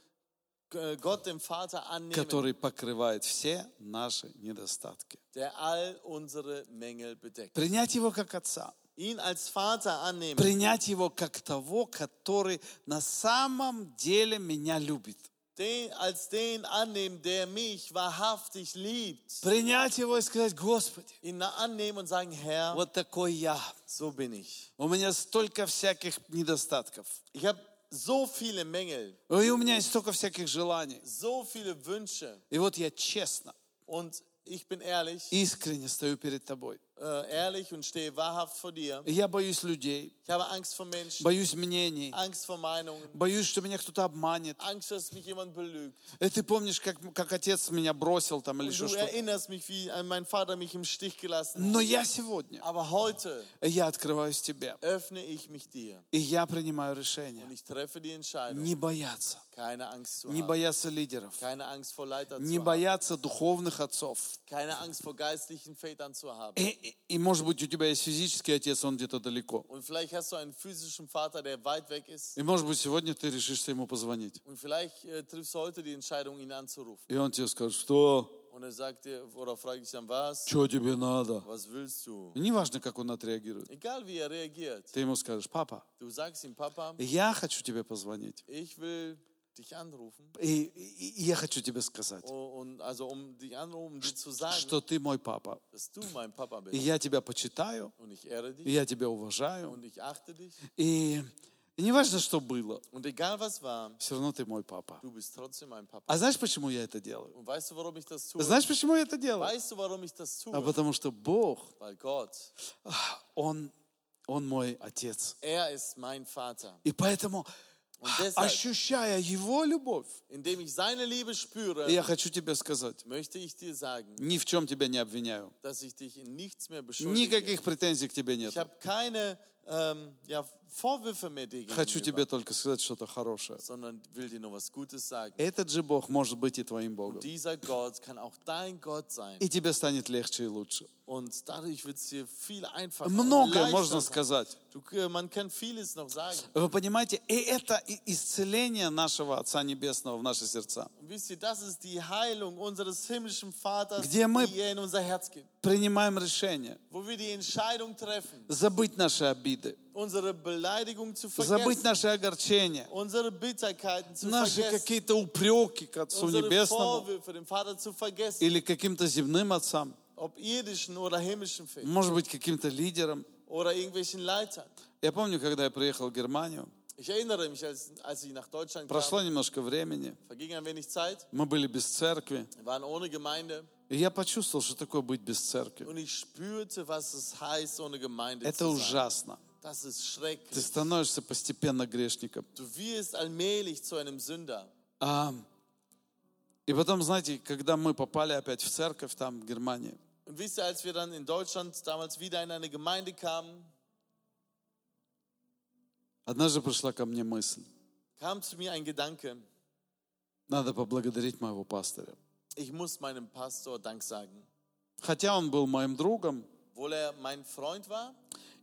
[SPEAKER 2] äh, Gott, dem Vater, annehmen,
[SPEAKER 1] который покрывает все наши недостатки.
[SPEAKER 2] der all unsere Mängel bedeckt.
[SPEAKER 1] Принять Его как Отца.
[SPEAKER 2] Ihn als Vater annehmen.
[SPEAKER 1] Принять Его как того, который на самом деле меня любит.
[SPEAKER 2] den, als den annehmen, der mich wahrhaftig liebt.
[SPEAKER 1] Принять Его и сказать, Господи,
[SPEAKER 2] Ihn annehmen und sagen, Herr,
[SPEAKER 1] вот такой я.
[SPEAKER 2] so bin ich.
[SPEAKER 1] У меня столько всяких недостатков.
[SPEAKER 2] Ich habe so viele Mängel,
[SPEAKER 1] И у меня есть столько всяких желаний.
[SPEAKER 2] so viele Wünsche
[SPEAKER 1] И вот я честно,
[SPEAKER 2] und ich bin ehrlich,
[SPEAKER 1] искренне стою перед тобой.
[SPEAKER 2] äh, ehrlich und stehe wahrhaft vor dir.
[SPEAKER 1] И я боюсь людей,
[SPEAKER 2] Ich habe Angst vor Menschen,
[SPEAKER 1] боюсь мнений,
[SPEAKER 2] Angst vor Meinungen,
[SPEAKER 1] боюсь, что меня кто-то обманет.
[SPEAKER 2] Angst, dass mich jemand belügt.
[SPEAKER 1] И ты помнишь, как, как отец меня бросил там или
[SPEAKER 2] Und
[SPEAKER 1] еще
[SPEAKER 2] du
[SPEAKER 1] что-то.
[SPEAKER 2] erinnerst mich, wie mein Vater mich im Stich gelassen
[SPEAKER 1] Но
[SPEAKER 2] hat.
[SPEAKER 1] я сегодня,
[SPEAKER 2] Aber heute
[SPEAKER 1] я открываюсь тебе.
[SPEAKER 2] öffne ich mich dir
[SPEAKER 1] И я принимаю решение
[SPEAKER 2] und ich treffe die Entscheidung,
[SPEAKER 1] не бояться.
[SPEAKER 2] keine Angst zu
[SPEAKER 1] Не
[SPEAKER 2] haben,
[SPEAKER 1] бояться лидеров.
[SPEAKER 2] keine Angst vor Leiter zu
[SPEAKER 1] Не
[SPEAKER 2] haben.
[SPEAKER 1] бояться духовных отцов.
[SPEAKER 2] keine Angst vor geistlichen Vätern zu haben.
[SPEAKER 1] И, и- и, может быть, у тебя есть физический отец, он где-то далеко.
[SPEAKER 2] Und vielleicht hast du einen physischen Vater, der weit weg ist.
[SPEAKER 1] И, может быть, сегодня ты решишься ему позвонить.
[SPEAKER 2] Und vielleicht äh, triffst du heute die Entscheidung, ihn anzurufen.
[SPEAKER 1] И он тебе скажет, что?
[SPEAKER 2] Und er sagt dir oder fragt dich dann, was?
[SPEAKER 1] Что тебе надо?
[SPEAKER 2] Was willst du?
[SPEAKER 1] Неважно, как он отреагирует.
[SPEAKER 2] Egal wie er reagiert.
[SPEAKER 1] Ты ему скажешь, папа,
[SPEAKER 2] Du sagst ihm, Papa,
[SPEAKER 1] я хочу тебе позвонить.
[SPEAKER 2] ich will dich anrufen.
[SPEAKER 1] И, и- и я хочу тебе сказать,
[SPEAKER 2] Oh, Und also um dich anrufen, um dir zu sagen,
[SPEAKER 1] что ты мой папа.
[SPEAKER 2] dass du mein Papa
[SPEAKER 1] И
[SPEAKER 2] bist.
[SPEAKER 1] я тебя почитаю,
[SPEAKER 2] Und ich ehre
[SPEAKER 1] и
[SPEAKER 2] dich
[SPEAKER 1] я тебя уважаю.
[SPEAKER 2] und ich achte dich.
[SPEAKER 1] И, и неважно, что было,
[SPEAKER 2] Und egal was war,
[SPEAKER 1] все равно ты мой папа.
[SPEAKER 2] du bist trotzdem mein Papa.
[SPEAKER 1] А знаешь, почему я это делаю?
[SPEAKER 2] Und weißt du, warum ich das tue?
[SPEAKER 1] Знаешь, почему я это делаю?
[SPEAKER 2] Weißt du, warum ich das
[SPEAKER 1] А
[SPEAKER 2] tue?
[SPEAKER 1] потому что Бог,
[SPEAKER 2] Weil Gott,
[SPEAKER 1] Он, Он мой отец.
[SPEAKER 2] er ist mein Vater.
[SPEAKER 1] И поэтому,
[SPEAKER 2] Und deshalb,
[SPEAKER 1] ощущая Его любовь,
[SPEAKER 2] indem ich seine Liebe spüre,
[SPEAKER 1] я хочу тебе сказать,
[SPEAKER 2] möchte ich dir sagen,
[SPEAKER 1] ни в чем тебя не обвиняю.
[SPEAKER 2] dass ich dich in nichts mehr beschuldige.
[SPEAKER 1] Никаких претензий к тебе нет.
[SPEAKER 2] Ich habe keine ähm, ja, Vorwürfe mehr dir
[SPEAKER 1] Хочу
[SPEAKER 2] gegenüber,
[SPEAKER 1] тебе только сказать что-то хорошее.
[SPEAKER 2] sondern will dir nur was Gutes sagen.
[SPEAKER 1] Этот же Бог может быть и твоим Богом.
[SPEAKER 2] Dieser Gott kann auch dein Gott sein.
[SPEAKER 1] И тебе станет легче и лучше.
[SPEAKER 2] Und dadurch wird es dir viel einfacher.
[SPEAKER 1] Многое
[SPEAKER 2] leichter
[SPEAKER 1] можно
[SPEAKER 2] sein.
[SPEAKER 1] сказать.
[SPEAKER 2] Du, äh, man kann vieles noch sagen.
[SPEAKER 1] Вы понимаете, и это и- исцеление нашего Отца Небесного в наши сердца.
[SPEAKER 2] Und wisst ihr, das ist die Heilung unseres himmlischen Vaters,
[SPEAKER 1] Где мы-
[SPEAKER 2] die er in unser Herz gibt.
[SPEAKER 1] Принимаем решение
[SPEAKER 2] Wo wir die Entscheidung treffen,
[SPEAKER 1] забыть наши обиды,
[SPEAKER 2] unsere Beleidigung zu
[SPEAKER 1] забыть
[SPEAKER 2] vergessen,
[SPEAKER 1] наши огорчения,
[SPEAKER 2] unsere Bitterkeiten zu
[SPEAKER 1] наши
[SPEAKER 2] vergessen,
[SPEAKER 1] какие-то упреки к Отцу
[SPEAKER 2] unsere
[SPEAKER 1] Небесному
[SPEAKER 2] Vorwürfe dem Vater zu vergessen,
[SPEAKER 1] или каким-то земным отцам,
[SPEAKER 2] ob irdischen oder himmlischen Vätern
[SPEAKER 1] может быть, каким-то лидерам.
[SPEAKER 2] oder irgendwelchen Leitern.
[SPEAKER 1] Я помню, когда я приехал в Германию,
[SPEAKER 2] Ich erinnere mich, als, als ich nach Deutschland kam,
[SPEAKER 1] прошло немножко времени,
[SPEAKER 2] verging ein wenig Zeit,
[SPEAKER 1] мы были без церкви,
[SPEAKER 2] wir waren ohne Gemeinde
[SPEAKER 1] и я почувствовал, что такое быть без церкви.
[SPEAKER 2] und ich spürte, was es heißt, ohne Gemeinde
[SPEAKER 1] Это
[SPEAKER 2] zu sein.
[SPEAKER 1] ужасно.
[SPEAKER 2] Das ist
[SPEAKER 1] Ты
[SPEAKER 2] schrecklich.
[SPEAKER 1] становишься постепенно грешником.
[SPEAKER 2] Du wirst allmählich zu einem Sünder.
[SPEAKER 1] А, и потом, знаете, когда мы попали опять в церковь там, в Германии,
[SPEAKER 2] Und wisst ihr, als wir dann in Deutschland damals wieder in eine Gemeinde kamen,
[SPEAKER 1] однажды пришла ко мне мысль,
[SPEAKER 2] kam zu mir ein Gedanke,
[SPEAKER 1] надо поблагодарить моего пастыря.
[SPEAKER 2] ich muss meinem Pastor Dank sagen.
[SPEAKER 1] Хотя он был моим другом,
[SPEAKER 2] Obwohl er mein Freund war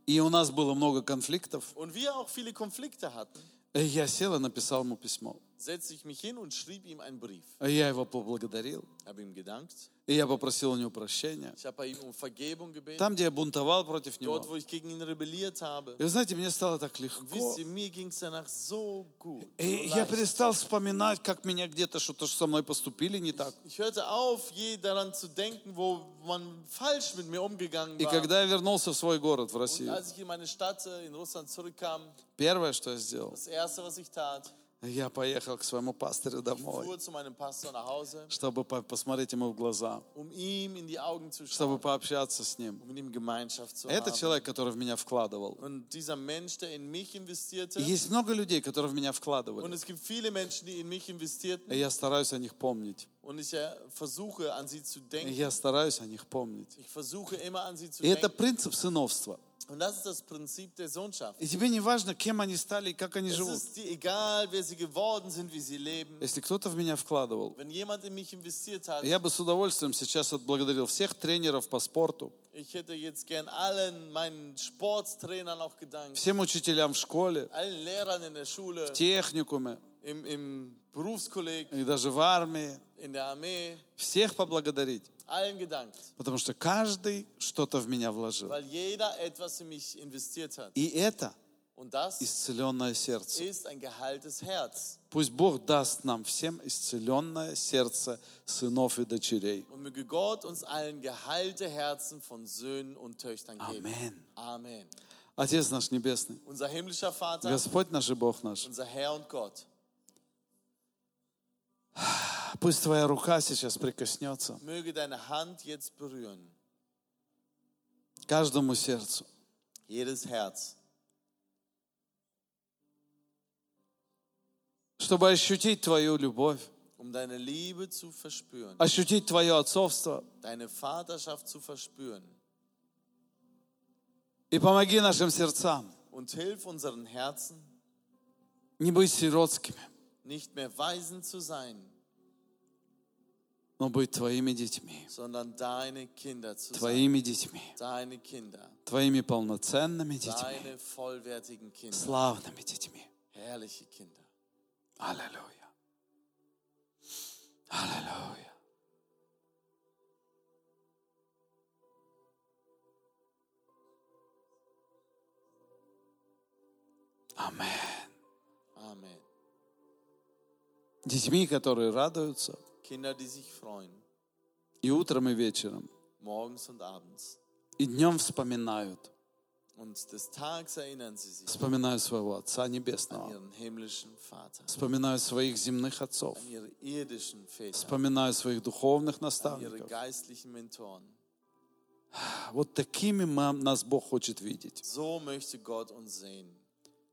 [SPEAKER 1] и у нас было много конфликтов,
[SPEAKER 2] und wir auch viele Konflikte hatten,
[SPEAKER 1] и я сел и написал ему письмо.
[SPEAKER 2] setzte ich mich hin und schrieb ihm einen Brief.
[SPEAKER 1] И Я его поблагодарил,
[SPEAKER 2] Habe ihm gedankt.
[SPEAKER 1] и я попросил у него прощения.
[SPEAKER 2] Ich habe bei ihm um Vergebung gebeten.
[SPEAKER 1] Там, где я бунтовал против
[SPEAKER 2] Dort,
[SPEAKER 1] него.
[SPEAKER 2] wo ich gegen ihn rebelliert habe.
[SPEAKER 1] И вы знаете, мне стало так легко.
[SPEAKER 2] Wisst ihr, mir ging es danach so gut. So
[SPEAKER 1] И я
[SPEAKER 2] leicht.
[SPEAKER 1] перестал вспоминать, как меня где-то что-то со мной поступили не так.
[SPEAKER 2] Ich hörte auf, je daran zu denken, wo man falsch mit mir umgegangen
[SPEAKER 1] И
[SPEAKER 2] war.
[SPEAKER 1] когда я вернулся в свой город, в
[SPEAKER 2] Und
[SPEAKER 1] Россию,
[SPEAKER 2] als ich in meine Stadt äh, in Russland zurückkam,
[SPEAKER 1] первое, что я сделал,
[SPEAKER 2] das erste, was ich tat,
[SPEAKER 1] я поехал к своему пастырю домой,
[SPEAKER 2] fuhr zu meinem Pastor nach Hause,
[SPEAKER 1] чтобы по- посмотреть ему в глаза,
[SPEAKER 2] um ihm in die Augen zu schauen,
[SPEAKER 1] чтобы пообщаться с ним.
[SPEAKER 2] um mit ihm Gemeinschaft zu
[SPEAKER 1] Это
[SPEAKER 2] haben.
[SPEAKER 1] человек, который в меня вкладывал.
[SPEAKER 2] Und dieser Mensch, der in mich investierte,
[SPEAKER 1] И Есть много людей, которые в меня
[SPEAKER 2] und
[SPEAKER 1] вкладывали.
[SPEAKER 2] es gibt viele Menschen, die in mich investierten,
[SPEAKER 1] И я стараюсь о них помнить.
[SPEAKER 2] und ich äh, versuche an sie zu
[SPEAKER 1] И
[SPEAKER 2] denken.
[SPEAKER 1] я стараюсь о них помнить.
[SPEAKER 2] Ich versuche immer an sie zu
[SPEAKER 1] И это
[SPEAKER 2] denken.
[SPEAKER 1] принцип сыновства.
[SPEAKER 2] Und das ist das Prinzip der Sohnschaft.
[SPEAKER 1] И тебе не важно, кем они стали и как они
[SPEAKER 2] Es
[SPEAKER 1] живут.
[SPEAKER 2] ist dir egal, wer sie geworden sind, wie sie leben.
[SPEAKER 1] Если кто-то в меня вкладывал,
[SPEAKER 2] Wenn jemand in mich investiert hat,
[SPEAKER 1] я бы с удовольствием сейчас отблагодарил всех тренеров по спорту,
[SPEAKER 2] ich hätte jetzt gern allen meinen Sporttrainern auch gedankt.
[SPEAKER 1] всем учителям в школе,
[SPEAKER 2] allen Lehrern in der Schule,
[SPEAKER 1] в техникуме
[SPEAKER 2] im, im Berufskolleg,
[SPEAKER 1] и даже в армии.
[SPEAKER 2] in der Armee,
[SPEAKER 1] Всех поблагодарить.
[SPEAKER 2] allen gedankt,
[SPEAKER 1] Потому что каждый что-то в меня вложил.
[SPEAKER 2] weil jeder etwas in mich investiert hat.
[SPEAKER 1] И это
[SPEAKER 2] Und das
[SPEAKER 1] исцеленное сердце.
[SPEAKER 2] ist ein geheiltes Herz.
[SPEAKER 1] Пусть Бог даст нам всем исцеленное сердце сынов и дочерей.
[SPEAKER 2] Und möge Gott uns allen geheilte Herzen von Söhnen und Töchtern geben.
[SPEAKER 1] Amen.
[SPEAKER 2] Amen.
[SPEAKER 1] Отец наш Небесный,
[SPEAKER 2] Unser himmlischer Vater,
[SPEAKER 1] Господь наш и Бог наш,
[SPEAKER 2] unser Herr und Gott,
[SPEAKER 1] пусть Твоя рука сейчас прикоснется
[SPEAKER 2] möge deine Hand jetzt berühren,
[SPEAKER 1] к каждому сердцу.
[SPEAKER 2] jedes Herz,
[SPEAKER 1] чтобы ощутить Твою любовь,
[SPEAKER 2] um deine Liebe zu verspüren,
[SPEAKER 1] ощутить Твое отцовство.
[SPEAKER 2] deine Vaterschaft zu verspüren.
[SPEAKER 1] И помоги нашим сердцам
[SPEAKER 2] Und hilf unseren Herzen,
[SPEAKER 1] не быть сиротскими,
[SPEAKER 2] nicht mehr Waisen zu sein,
[SPEAKER 1] но быть Твоими детьми,
[SPEAKER 2] sondern deine Kinder zu sein.
[SPEAKER 1] Твоими детьми,
[SPEAKER 2] Deine Kinder,
[SPEAKER 1] Твоими полноценными детьми,
[SPEAKER 2] deine vollwertigen Kinder,
[SPEAKER 1] славными детьми.
[SPEAKER 2] herrliche Kinder.
[SPEAKER 1] Аллилуйя. Аллилуйя. Амен.
[SPEAKER 2] Amen.
[SPEAKER 1] Детьми, которые радуются
[SPEAKER 2] Kinder, die sich freuen,
[SPEAKER 1] и утром, и вечером,
[SPEAKER 2] morgens und abends.
[SPEAKER 1] и днем вспоминают,
[SPEAKER 2] Und des Tags erinnern sie sich
[SPEAKER 1] вспоминают своего Отца
[SPEAKER 2] an
[SPEAKER 1] Небесного,
[SPEAKER 2] ihren himmlischen Vater,
[SPEAKER 1] вспоминают своих земных отцов,
[SPEAKER 2] an ihre irdischen Väter,
[SPEAKER 1] вспоминают своих духовных
[SPEAKER 2] an ihre
[SPEAKER 1] наставников.
[SPEAKER 2] geistlichen Mentoren.
[SPEAKER 1] Вот такими мы- нас Бог хочет видеть.
[SPEAKER 2] So möchte Gott uns sehen,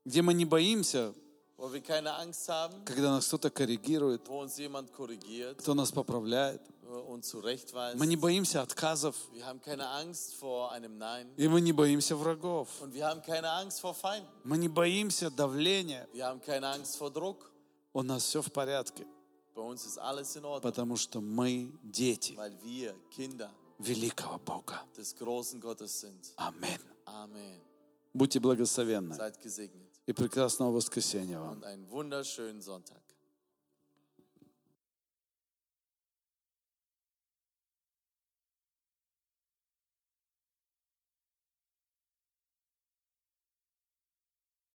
[SPEAKER 1] Где мы не боимся
[SPEAKER 2] wo wo wir keine Angst haben,
[SPEAKER 1] Когда нас кто-то корректирует,
[SPEAKER 2] wo uns jemand korrigiert
[SPEAKER 1] кто нас поправляет.
[SPEAKER 2] äh, und
[SPEAKER 1] Мы не
[SPEAKER 2] zurechtweist.
[SPEAKER 1] боимся отказов,
[SPEAKER 2] Wir haben keine Angst vor einem Nein
[SPEAKER 1] и мы не боимся врагов.
[SPEAKER 2] und wir haben keine Angst vor Feinden.
[SPEAKER 1] Мы не боимся давления.
[SPEAKER 2] Wir haben keine Angst vor Druck.
[SPEAKER 1] У нас все в порядке,
[SPEAKER 2] Bei uns ist alles in Ordnung,
[SPEAKER 1] потому что мы дети
[SPEAKER 2] weil wir Kinder
[SPEAKER 1] великого Бога.
[SPEAKER 2] des großen Gottes sind.
[SPEAKER 1] Аминь.
[SPEAKER 2] Amen.
[SPEAKER 1] Будьте благословенны
[SPEAKER 2] Seid gesegnet
[SPEAKER 1] и прекрасного воскресенья вам.
[SPEAKER 2] und einen wunderschönen Sonntag.